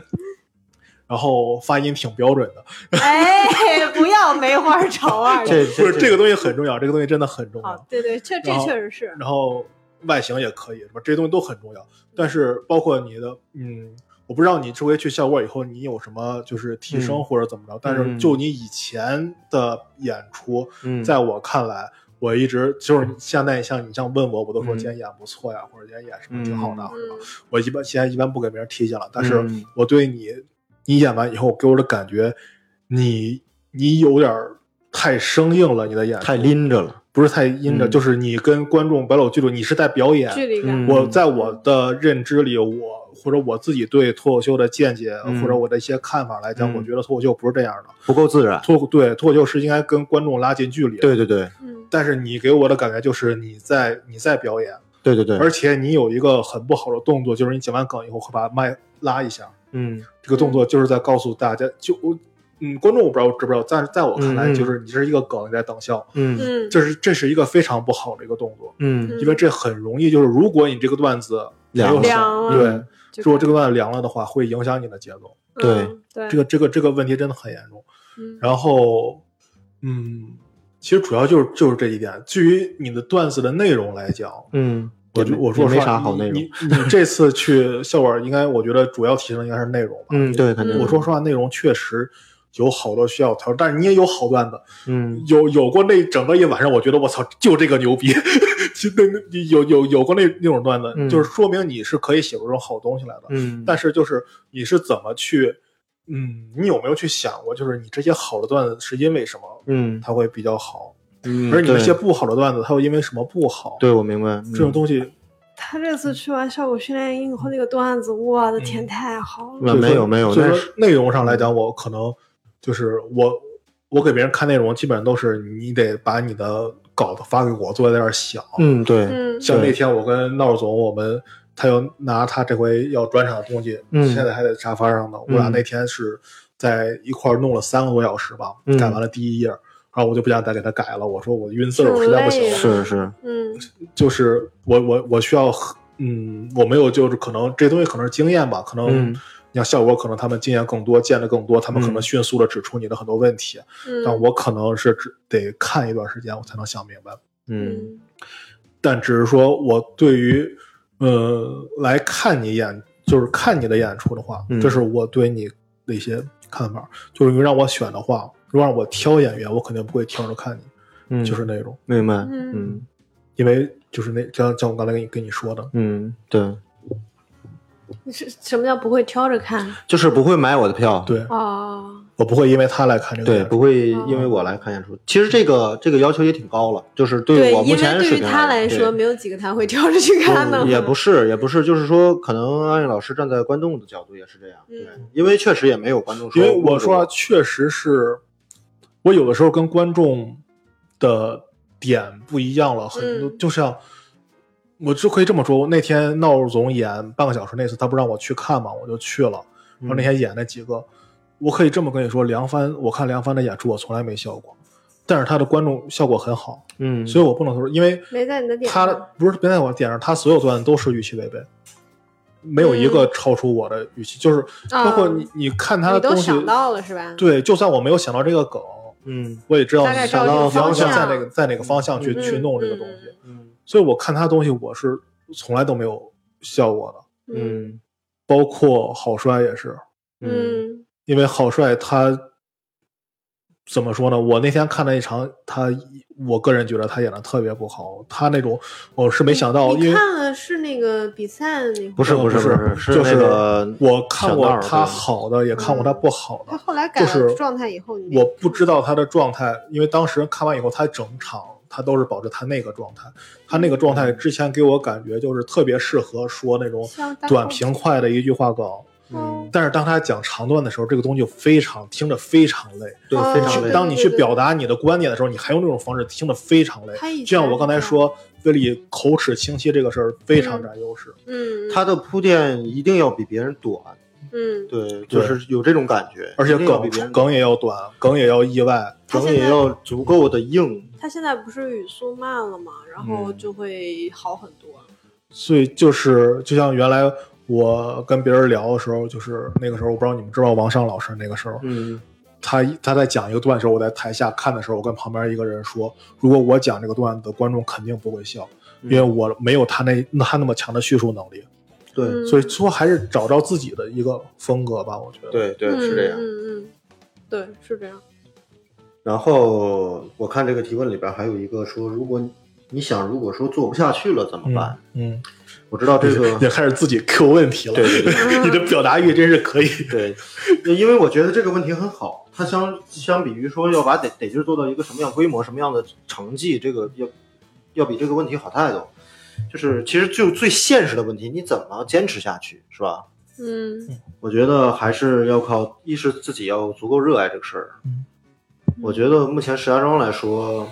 S2: 然后发音挺标准的，
S1: 哎，不要没花儿炒腕儿的。
S3: 这
S2: 不
S3: 这
S2: 是这个东西很重要，这个东西真的很重
S1: 哦
S2: 要。，
S1: 对对，确这
S2: 然后
S1: 确实是，
S2: 然后外形也可以，什么这些东西都很重要。但是包括你的，嗯，我不知道你周围去效果以后你有什么就是提升
S3: 嗯
S2: 或者怎么着，但是就你以前的演出，
S3: 嗯
S2: 在我看来，我一直就是现在像你像问我，我都说
S3: 嗯
S2: 今天演不错呀，或者今天演什么挺好的，
S3: 嗯
S2: 或者什么
S1: 嗯
S2: 我一般现在一般不给别人提意见了，但是
S3: 嗯
S2: 我对你，你演完以后给我的感觉，你你有点儿太生硬了，你的演出
S3: 太拎着了，
S2: 不是太阴着，
S3: 嗯
S2: 就是你跟观众摆搂距离，你是在表演。
S1: 距离感
S3: 嗯。
S2: 我在我的认知里，我或者我自己对脱口秀的见解，
S3: 嗯
S2: 或者我的一些看法来讲，
S3: 嗯
S2: 我觉得脱口秀不是这样的。
S3: 不够自然。
S2: 脱对脱口秀是应该跟观众拉近距离。
S3: 对对对
S1: 嗯，
S2: 但是你给我的感觉就是你在你在表演，
S3: 对对对，
S2: 而且你有一个很不好的动作，就是你讲完梗以后会把麦拉一下，
S3: 嗯
S2: 这个动作就是在告诉大家，就我嗯，观众我不知道知不知道，但是在我看来，
S3: 嗯嗯
S2: 就是你这是一个梗，你在等笑，
S3: 嗯
S1: 嗯，
S2: 这是这是一个非常不好的一个动作，
S3: 嗯
S1: 嗯
S2: 因为这很容易就是如果你这个段子没有
S3: 凉
S2: 笑，
S1: 凉了，就
S2: 对，如果这个段子凉了的话，会影响你的节奏，
S3: 对
S1: 嗯对
S2: 这个这个这个问题真的很严重。
S1: 嗯
S2: 然后，嗯，其实主要就是就是这一点。至于你的段子的内容来讲，
S3: 嗯，
S2: 我
S3: 也
S2: 就
S3: 没
S2: 我说
S3: 也
S2: 实
S3: 没
S2: 话
S3: 啥好内容
S2: 你。
S3: [LAUGHS]
S2: 你你这次去效果，应该我觉得主要提升应该是内容吧。
S3: 嗯，对，肯定
S2: 我说实话，内容确实有好多需要调，但是你也有好段子，
S3: 嗯
S2: 有有过那整个一晚上，我觉得我操，就这个牛逼。 [LAUGHS] 其实那那有有有过那那种段子，
S3: 嗯
S2: 就是说明你是可以写出这种好东西来的。
S3: 嗯，
S2: 但是就是你是怎么去，嗯，你有没有去想过，就是你这些好的段子是因为什么
S3: 嗯
S2: 它会比较好，
S3: 嗯，
S2: 而你那
S3: 对
S2: 些不好的段子它又因为什么不好？
S3: 对我明白嗯
S2: 这种东西，
S1: 他这次去完效果训练营以后，那个段子，我的天，
S2: 嗯
S1: 太好了！
S3: 那
S2: 所以
S3: 啊没有
S2: 说
S3: 没有，
S2: 所以
S3: 那
S2: 说
S3: 是
S2: 内容上来讲，我可能就是我我给别人看内容，基本上都是你得把你的稿子发给我，坐在那儿想。
S3: 嗯对，
S1: 嗯
S2: 像那
S3: 对
S2: 天我跟闹总，我们他要拿他这回要专场的东西，
S3: 嗯
S2: 现在还在沙发上呢。我俩
S3: 嗯
S2: 那天是在一块儿弄了三个多小时吧，
S3: 嗯
S2: 改完了第一页，然后我就不想再给他改了，我说我晕字儿，我实在不行
S1: 挺累
S2: 了
S1: 的。
S3: 是是，
S1: 嗯
S2: 就是我我我需要很，嗯，我没有就是可能这东西可能是经验吧，可能
S3: 嗯
S2: 你像效果可能他们经验更多，见的更多，他们可能
S3: 嗯
S2: 迅速的指出你的很多问题，
S1: 嗯，
S2: 但我可能是只得看一段时间我才能想明白。
S3: 嗯
S1: 嗯
S2: 但只是说我对于呃来看你演，就是看你的演出的话，
S3: 嗯
S2: 这是我对你的一些看法。就是你让我选的话，如果让我挑演员，我肯定不会挑着看你，
S3: 嗯，
S2: 就是那种，
S3: 明白，
S1: 嗯
S3: 嗯
S2: 因为就是那像像我刚才跟你跟你说的，
S3: 嗯对，
S2: 嗯
S1: 你是什么叫不会挑着看？
S3: 就是不会买我的票，
S2: 对
S1: 哦，
S2: 我不会因为他来看这个
S3: 对，
S2: 演出。
S3: 不会
S1: 嗯
S3: 因为我来看演出。其实这个这个要求也挺高了，就是
S1: 对，
S3: 我目
S1: 因为
S3: 前
S1: 对
S3: 水
S1: 于
S3: 平
S1: 他来
S3: 来
S1: 说，
S3: 对
S1: 没有几个他会挑着去看
S2: 嗯
S1: 的。
S3: 不也不是，也不是，就是说，可能安逸老师站在观众的角度也是这样，对，
S1: 嗯
S3: 因为确实也没有观众说，
S2: 因为我说啊，，确实是我有的时候跟观众的点不一样了，很多、
S1: 嗯
S2: 就像我就可以这么说，我那天闹总演半个小时那次，他不让我去看嘛，我就去了。
S3: 嗯
S2: 然后哦那天演那几个，我可以这么跟你说，梁帆，我看梁帆的演出我从来没笑过，但是他的观众效果很好，
S3: 嗯，
S2: 所以我不能说，因为
S1: 没在你的点
S2: 他
S1: 上
S2: 的不是别在我点上，他所有段子都是预期违背，没有一个超出我的预期，就是包括你、你看
S1: 嗯
S2: 他
S1: 啊你
S2: 的
S1: 都
S2: 东西，
S1: 想到了是吧？
S2: 对，就算我没有想到这个梗，
S3: 嗯
S2: 我也知道
S1: 大概
S2: 想
S1: 知道这
S2: 到
S1: 个
S2: 方
S1: 方
S2: 向在
S1: 向
S2: 哪个在哪个方向去、
S1: 嗯
S2: 去弄这个
S1: 嗯
S2: 东西，
S3: 嗯
S2: 所以我看他的东西我是从来都没有笑过的，
S1: 嗯
S3: 嗯
S2: 包括郝帅也是，
S1: 嗯
S2: 因为郝帅他怎么说呢？我那天看了一场他，我个人觉得他演的特别不好，他那种我是没想到，
S1: 嗯你
S2: 因为
S1: 看了是那个比赛那会
S3: 不
S1: 儿，
S3: 是
S2: 呃
S3: 不
S2: 不
S3: 是不是，
S2: 就是
S3: 那个
S2: 我看
S3: 小
S2: 过
S3: 闹儿
S2: 他
S3: 对嗯
S2: 好的，也看过他不好的
S1: 他，后来改
S2: 就是
S1: 了状态以后，你
S2: 我不知道他的状态，因为当时看完以后，他整场他都是保持他那个状态，他那个状态
S3: 嗯
S2: 之前给我感觉就是特别适合说那种
S1: 像大
S2: 短
S1: 炮
S2: 平快的一句话梗，
S3: 嗯，
S2: 但是当他讲长段的时候，这个东西非常听着非常累。
S3: 对，非
S1: 哦
S3: 常
S1: 对
S3: 累，
S2: 当你去表达你的观点的时候，你还用这种方式，听着非常累。
S1: 他以前
S2: 就像我刚才说，威力口齿清晰这个事儿非常占优势。
S1: 嗯，嗯
S3: 他的铺垫一定要比别人短，
S1: 嗯，
S3: 对，就是有这种感觉，
S2: 而且
S3: 一定要比
S2: 梗
S3: 别人短
S2: 梗也要短，梗也要意外。
S1: 他
S3: 梗
S1: 现
S3: 也
S1: 在
S3: 要足够的硬，
S1: 他现在不是语速慢了嘛，然后
S3: 嗯
S1: 就会好很多。
S2: 所以就是，就像原来我跟别人聊的时候，就是那个时候，我不知道你们知不知道王尚老师那个时候，
S3: 嗯
S2: 他他在讲一个段的时候，我在台下看的时候，我跟旁边一个人说，如果我讲这个段子，观众肯定不会笑，
S3: 嗯
S2: 因为我没有他那他那么强的叙述能力。
S3: 对
S1: 嗯
S2: 所以最后还是找到自己的一个风格吧，我觉得。，
S3: 对对是这样。
S1: 嗯嗯嗯，对，是这样。
S3: 然后我看这个提问里边还有一个说，如果你想如果说做不下去了怎么办？
S2: 嗯，
S3: 我知道这个
S2: [LAUGHS] 也开始自己 Q 问题了。
S3: 对对
S2: [LAUGHS] 你的表达欲真是可以。
S3: 对，因为我觉得这个问题很好，它相相比于说要把得得劲儿做到一个什么样规模、什么样的成绩，这个要要比这个问题好太多。就是其实就最现实的问题，你怎么坚持下去，是吧？
S1: 嗯
S3: 我觉得还是要靠，一是自己要足够热爱这个事儿。
S2: 嗯
S3: 我觉得目前石家庄来说，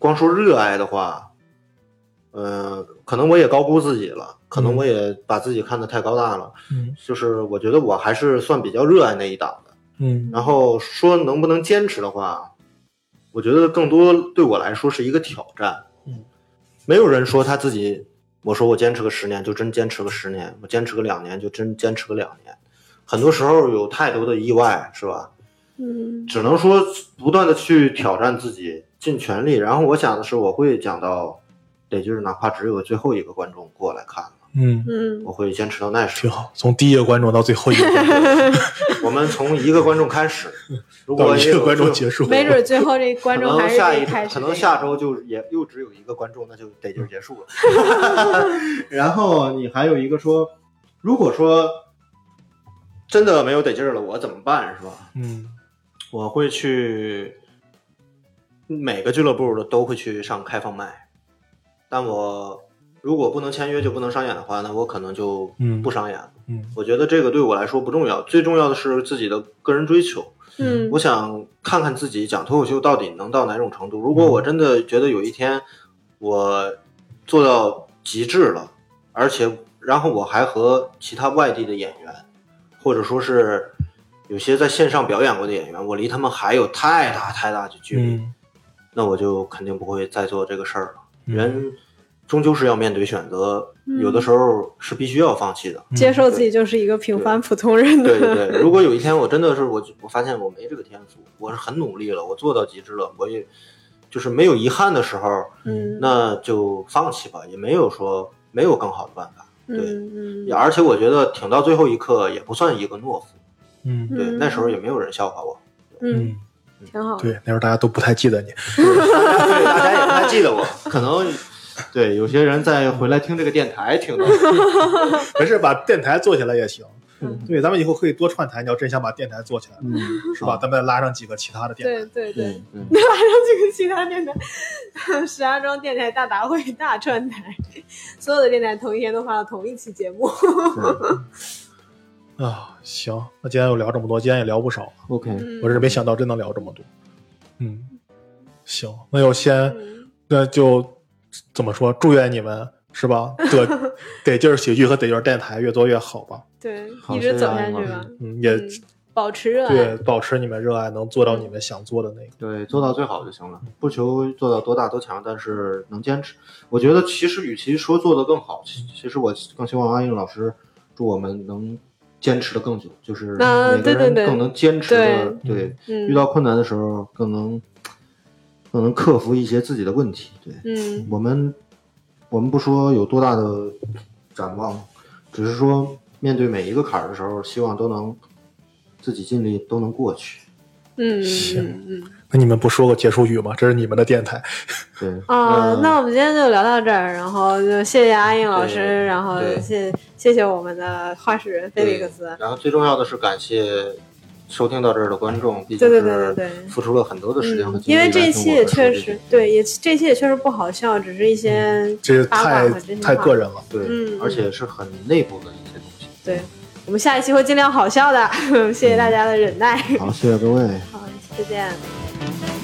S3: 光说热爱的话，呃，可能我也高估自己了，可能
S2: 嗯
S3: 我也把自己看得太高大了。
S2: 嗯
S3: 就是我觉得我还是算比较热爱那一档的。
S2: 嗯
S3: 然后说能不能坚持的话，我觉得更多对我来说是一个挑战。
S2: 嗯，
S3: 没有人说他自己，我说我坚持个十年就真坚持个十年，我坚持个两年就真坚持个两年。很多时候有太多的意外，是吧？
S1: 嗯
S3: 只能说不断的去挑战自己，尽全力。然后我想的是，我会讲到，得就是哪怕只有最后一个观众过来看了，
S2: 嗯，
S1: 嗯
S3: 我会坚持到那时
S2: 挺
S3: 候。
S2: 好。从第一个观众到
S1: [LAUGHS]
S2: 最后一个观众，
S3: [LAUGHS] 我们从一个观众开始，如
S2: 到
S3: 果
S2: 一
S3: 也有
S2: 个观众
S3: 最后
S2: 结束，
S1: 没准最后这观众
S3: 可
S1: 还
S3: 能
S1: 是
S3: 下
S1: 得
S3: 一
S1: 开始
S3: 可
S1: 这
S3: 能
S1: 个
S3: 下周就也又只有一个观众，那就得
S1: 嗯
S3: 劲儿结束了。 [LAUGHS] 然后你还有一个说，如果说真的没有得劲儿了，我怎么办是吧？
S2: 嗯
S3: 我会去每个俱乐部的都会去上开放麦，但我如果不能签约就不能上演的话，那我可能就
S2: 嗯
S3: 不上演了。
S2: 嗯
S3: 我觉得这个对我来说不重要，最重要的是自己的个人追求。
S1: 嗯
S3: 我想看看自己讲脱口秀到底能到哪种程度。如
S2: 嗯
S3: 果我真的觉得有一天我做到极致了，而且然后我还和其他外地的演员，或者说是有些在线上表演过的演员，我离他们还有太大太大的距离，
S2: 嗯
S3: 那我就肯定不会再做这个事儿了。
S2: 嗯
S3: 人终究是要面对选择，
S1: 嗯
S3: 有的时候是必须要放弃的。
S2: 嗯
S1: 接受自己就是一个平凡普通 [LAUGHS] 人的，
S3: 对对对，如果有一天我真的是我我发现我没这个天赋，我是很努力了，我做到极致了，我也就是没有遗憾的时候，
S1: 嗯
S3: 那就放弃吧，也没有说没有更好的办法。
S1: 嗯
S3: 也
S1: 嗯，
S3: 而且我觉得挺到最后一刻也不算一个懦夫，
S2: 嗯
S3: 对，
S1: 嗯
S3: 那时候也没有人笑话我，
S1: 嗯
S2: 嗯，
S1: 挺好，
S2: 对，那时候大家都不太记得你。
S3: 对，大家也不太记得我，可能对有些人再回来听这个电台听到，
S2: 没事，把电台做起来也行。
S1: 嗯
S2: 对，咱们以后可以多串台。你要真想把电台做起来，
S3: 嗯，
S2: 是 [LAUGHS] 吧？？咱们再拉上几个其他的电台。
S1: 对对对，
S3: 嗯嗯，
S1: 这个其他电台， [LAUGHS] 石家庄电台大杂烩大串台，所有的电台同一天都发了同一期节
S3: [LAUGHS]
S1: 目，
S3: 嗯
S2: 啊，行，那今天又聊这么多，今天也聊不少了，
S3: ，OK，
S1: 嗯
S2: 我是没想到真能聊这么多。嗯，行，那就先，
S1: 嗯
S2: 那就怎么说？祝愿你们是吧？得
S1: [LAUGHS]
S2: 得劲儿喜剧和得劲儿电台越做越好吧。
S1: 对，
S3: 好
S1: 一直走
S3: 谢谢
S1: 下
S3: 啊
S1: 去
S3: 老
S1: 吧
S3: 师，
S2: 嗯，也
S1: 嗯保持热
S2: 对
S1: 爱，，
S2: 保持你们热爱，能做到你们想做的那个。
S3: 对，做到最好就行了，不求做到多大多强，但是能坚持。我觉得其实与其说做得更好，其其实我更希望阿英老师祝我们能坚持的更久，就是
S1: 啊
S3: 每
S1: 对
S3: 个
S1: 对
S3: 人
S1: 对
S3: 更能坚持的，
S2: 对
S3: 对，
S1: 嗯
S3: 遇到困难的时候更能更能克服一些自己的问题。对
S1: 嗯
S3: 我们，我们不说有多大的展望，只是说面对每一个坎儿的时候，希望都能自己尽力都能过去。
S1: 嗯嗯
S2: 行
S1: 嗯。
S2: 那你们不说个结束语吗？这是你们的电台。
S3: 对
S1: 啊，
S3: 那
S1: 那我们今天就聊到这儿，然后就谢谢阿英老师，
S3: 对
S1: 然后
S3: 对
S1: 谢谢谢我们的话事人菲
S3: 对，
S1: 利克斯，
S3: 然后最重要的是感谢收听到这儿的观众，毕竟
S1: 对对
S3: 是
S1: 对对对
S3: 付出了很多的时间和
S1: 嗯，
S3: 精力
S1: 因为
S3: 来听
S1: 这
S3: 我
S1: 一
S3: 们
S1: 期也
S3: 说
S1: 确
S3: 这
S1: 实
S3: 些，嗯
S1: 对，也这期也确实不好笑，只是一些
S2: 这是
S1: 八卦
S2: 太
S1: 和真心
S2: 太
S1: 话
S2: 个人了。
S3: 对，
S1: 嗯
S3: 而且是很内部的一些东西。
S1: 对。我们下一期会 [LAUGHS] 尽量好笑的，谢谢大家的忍耐。
S3: 好，谢谢各位。
S1: 好，再见。
S4: 「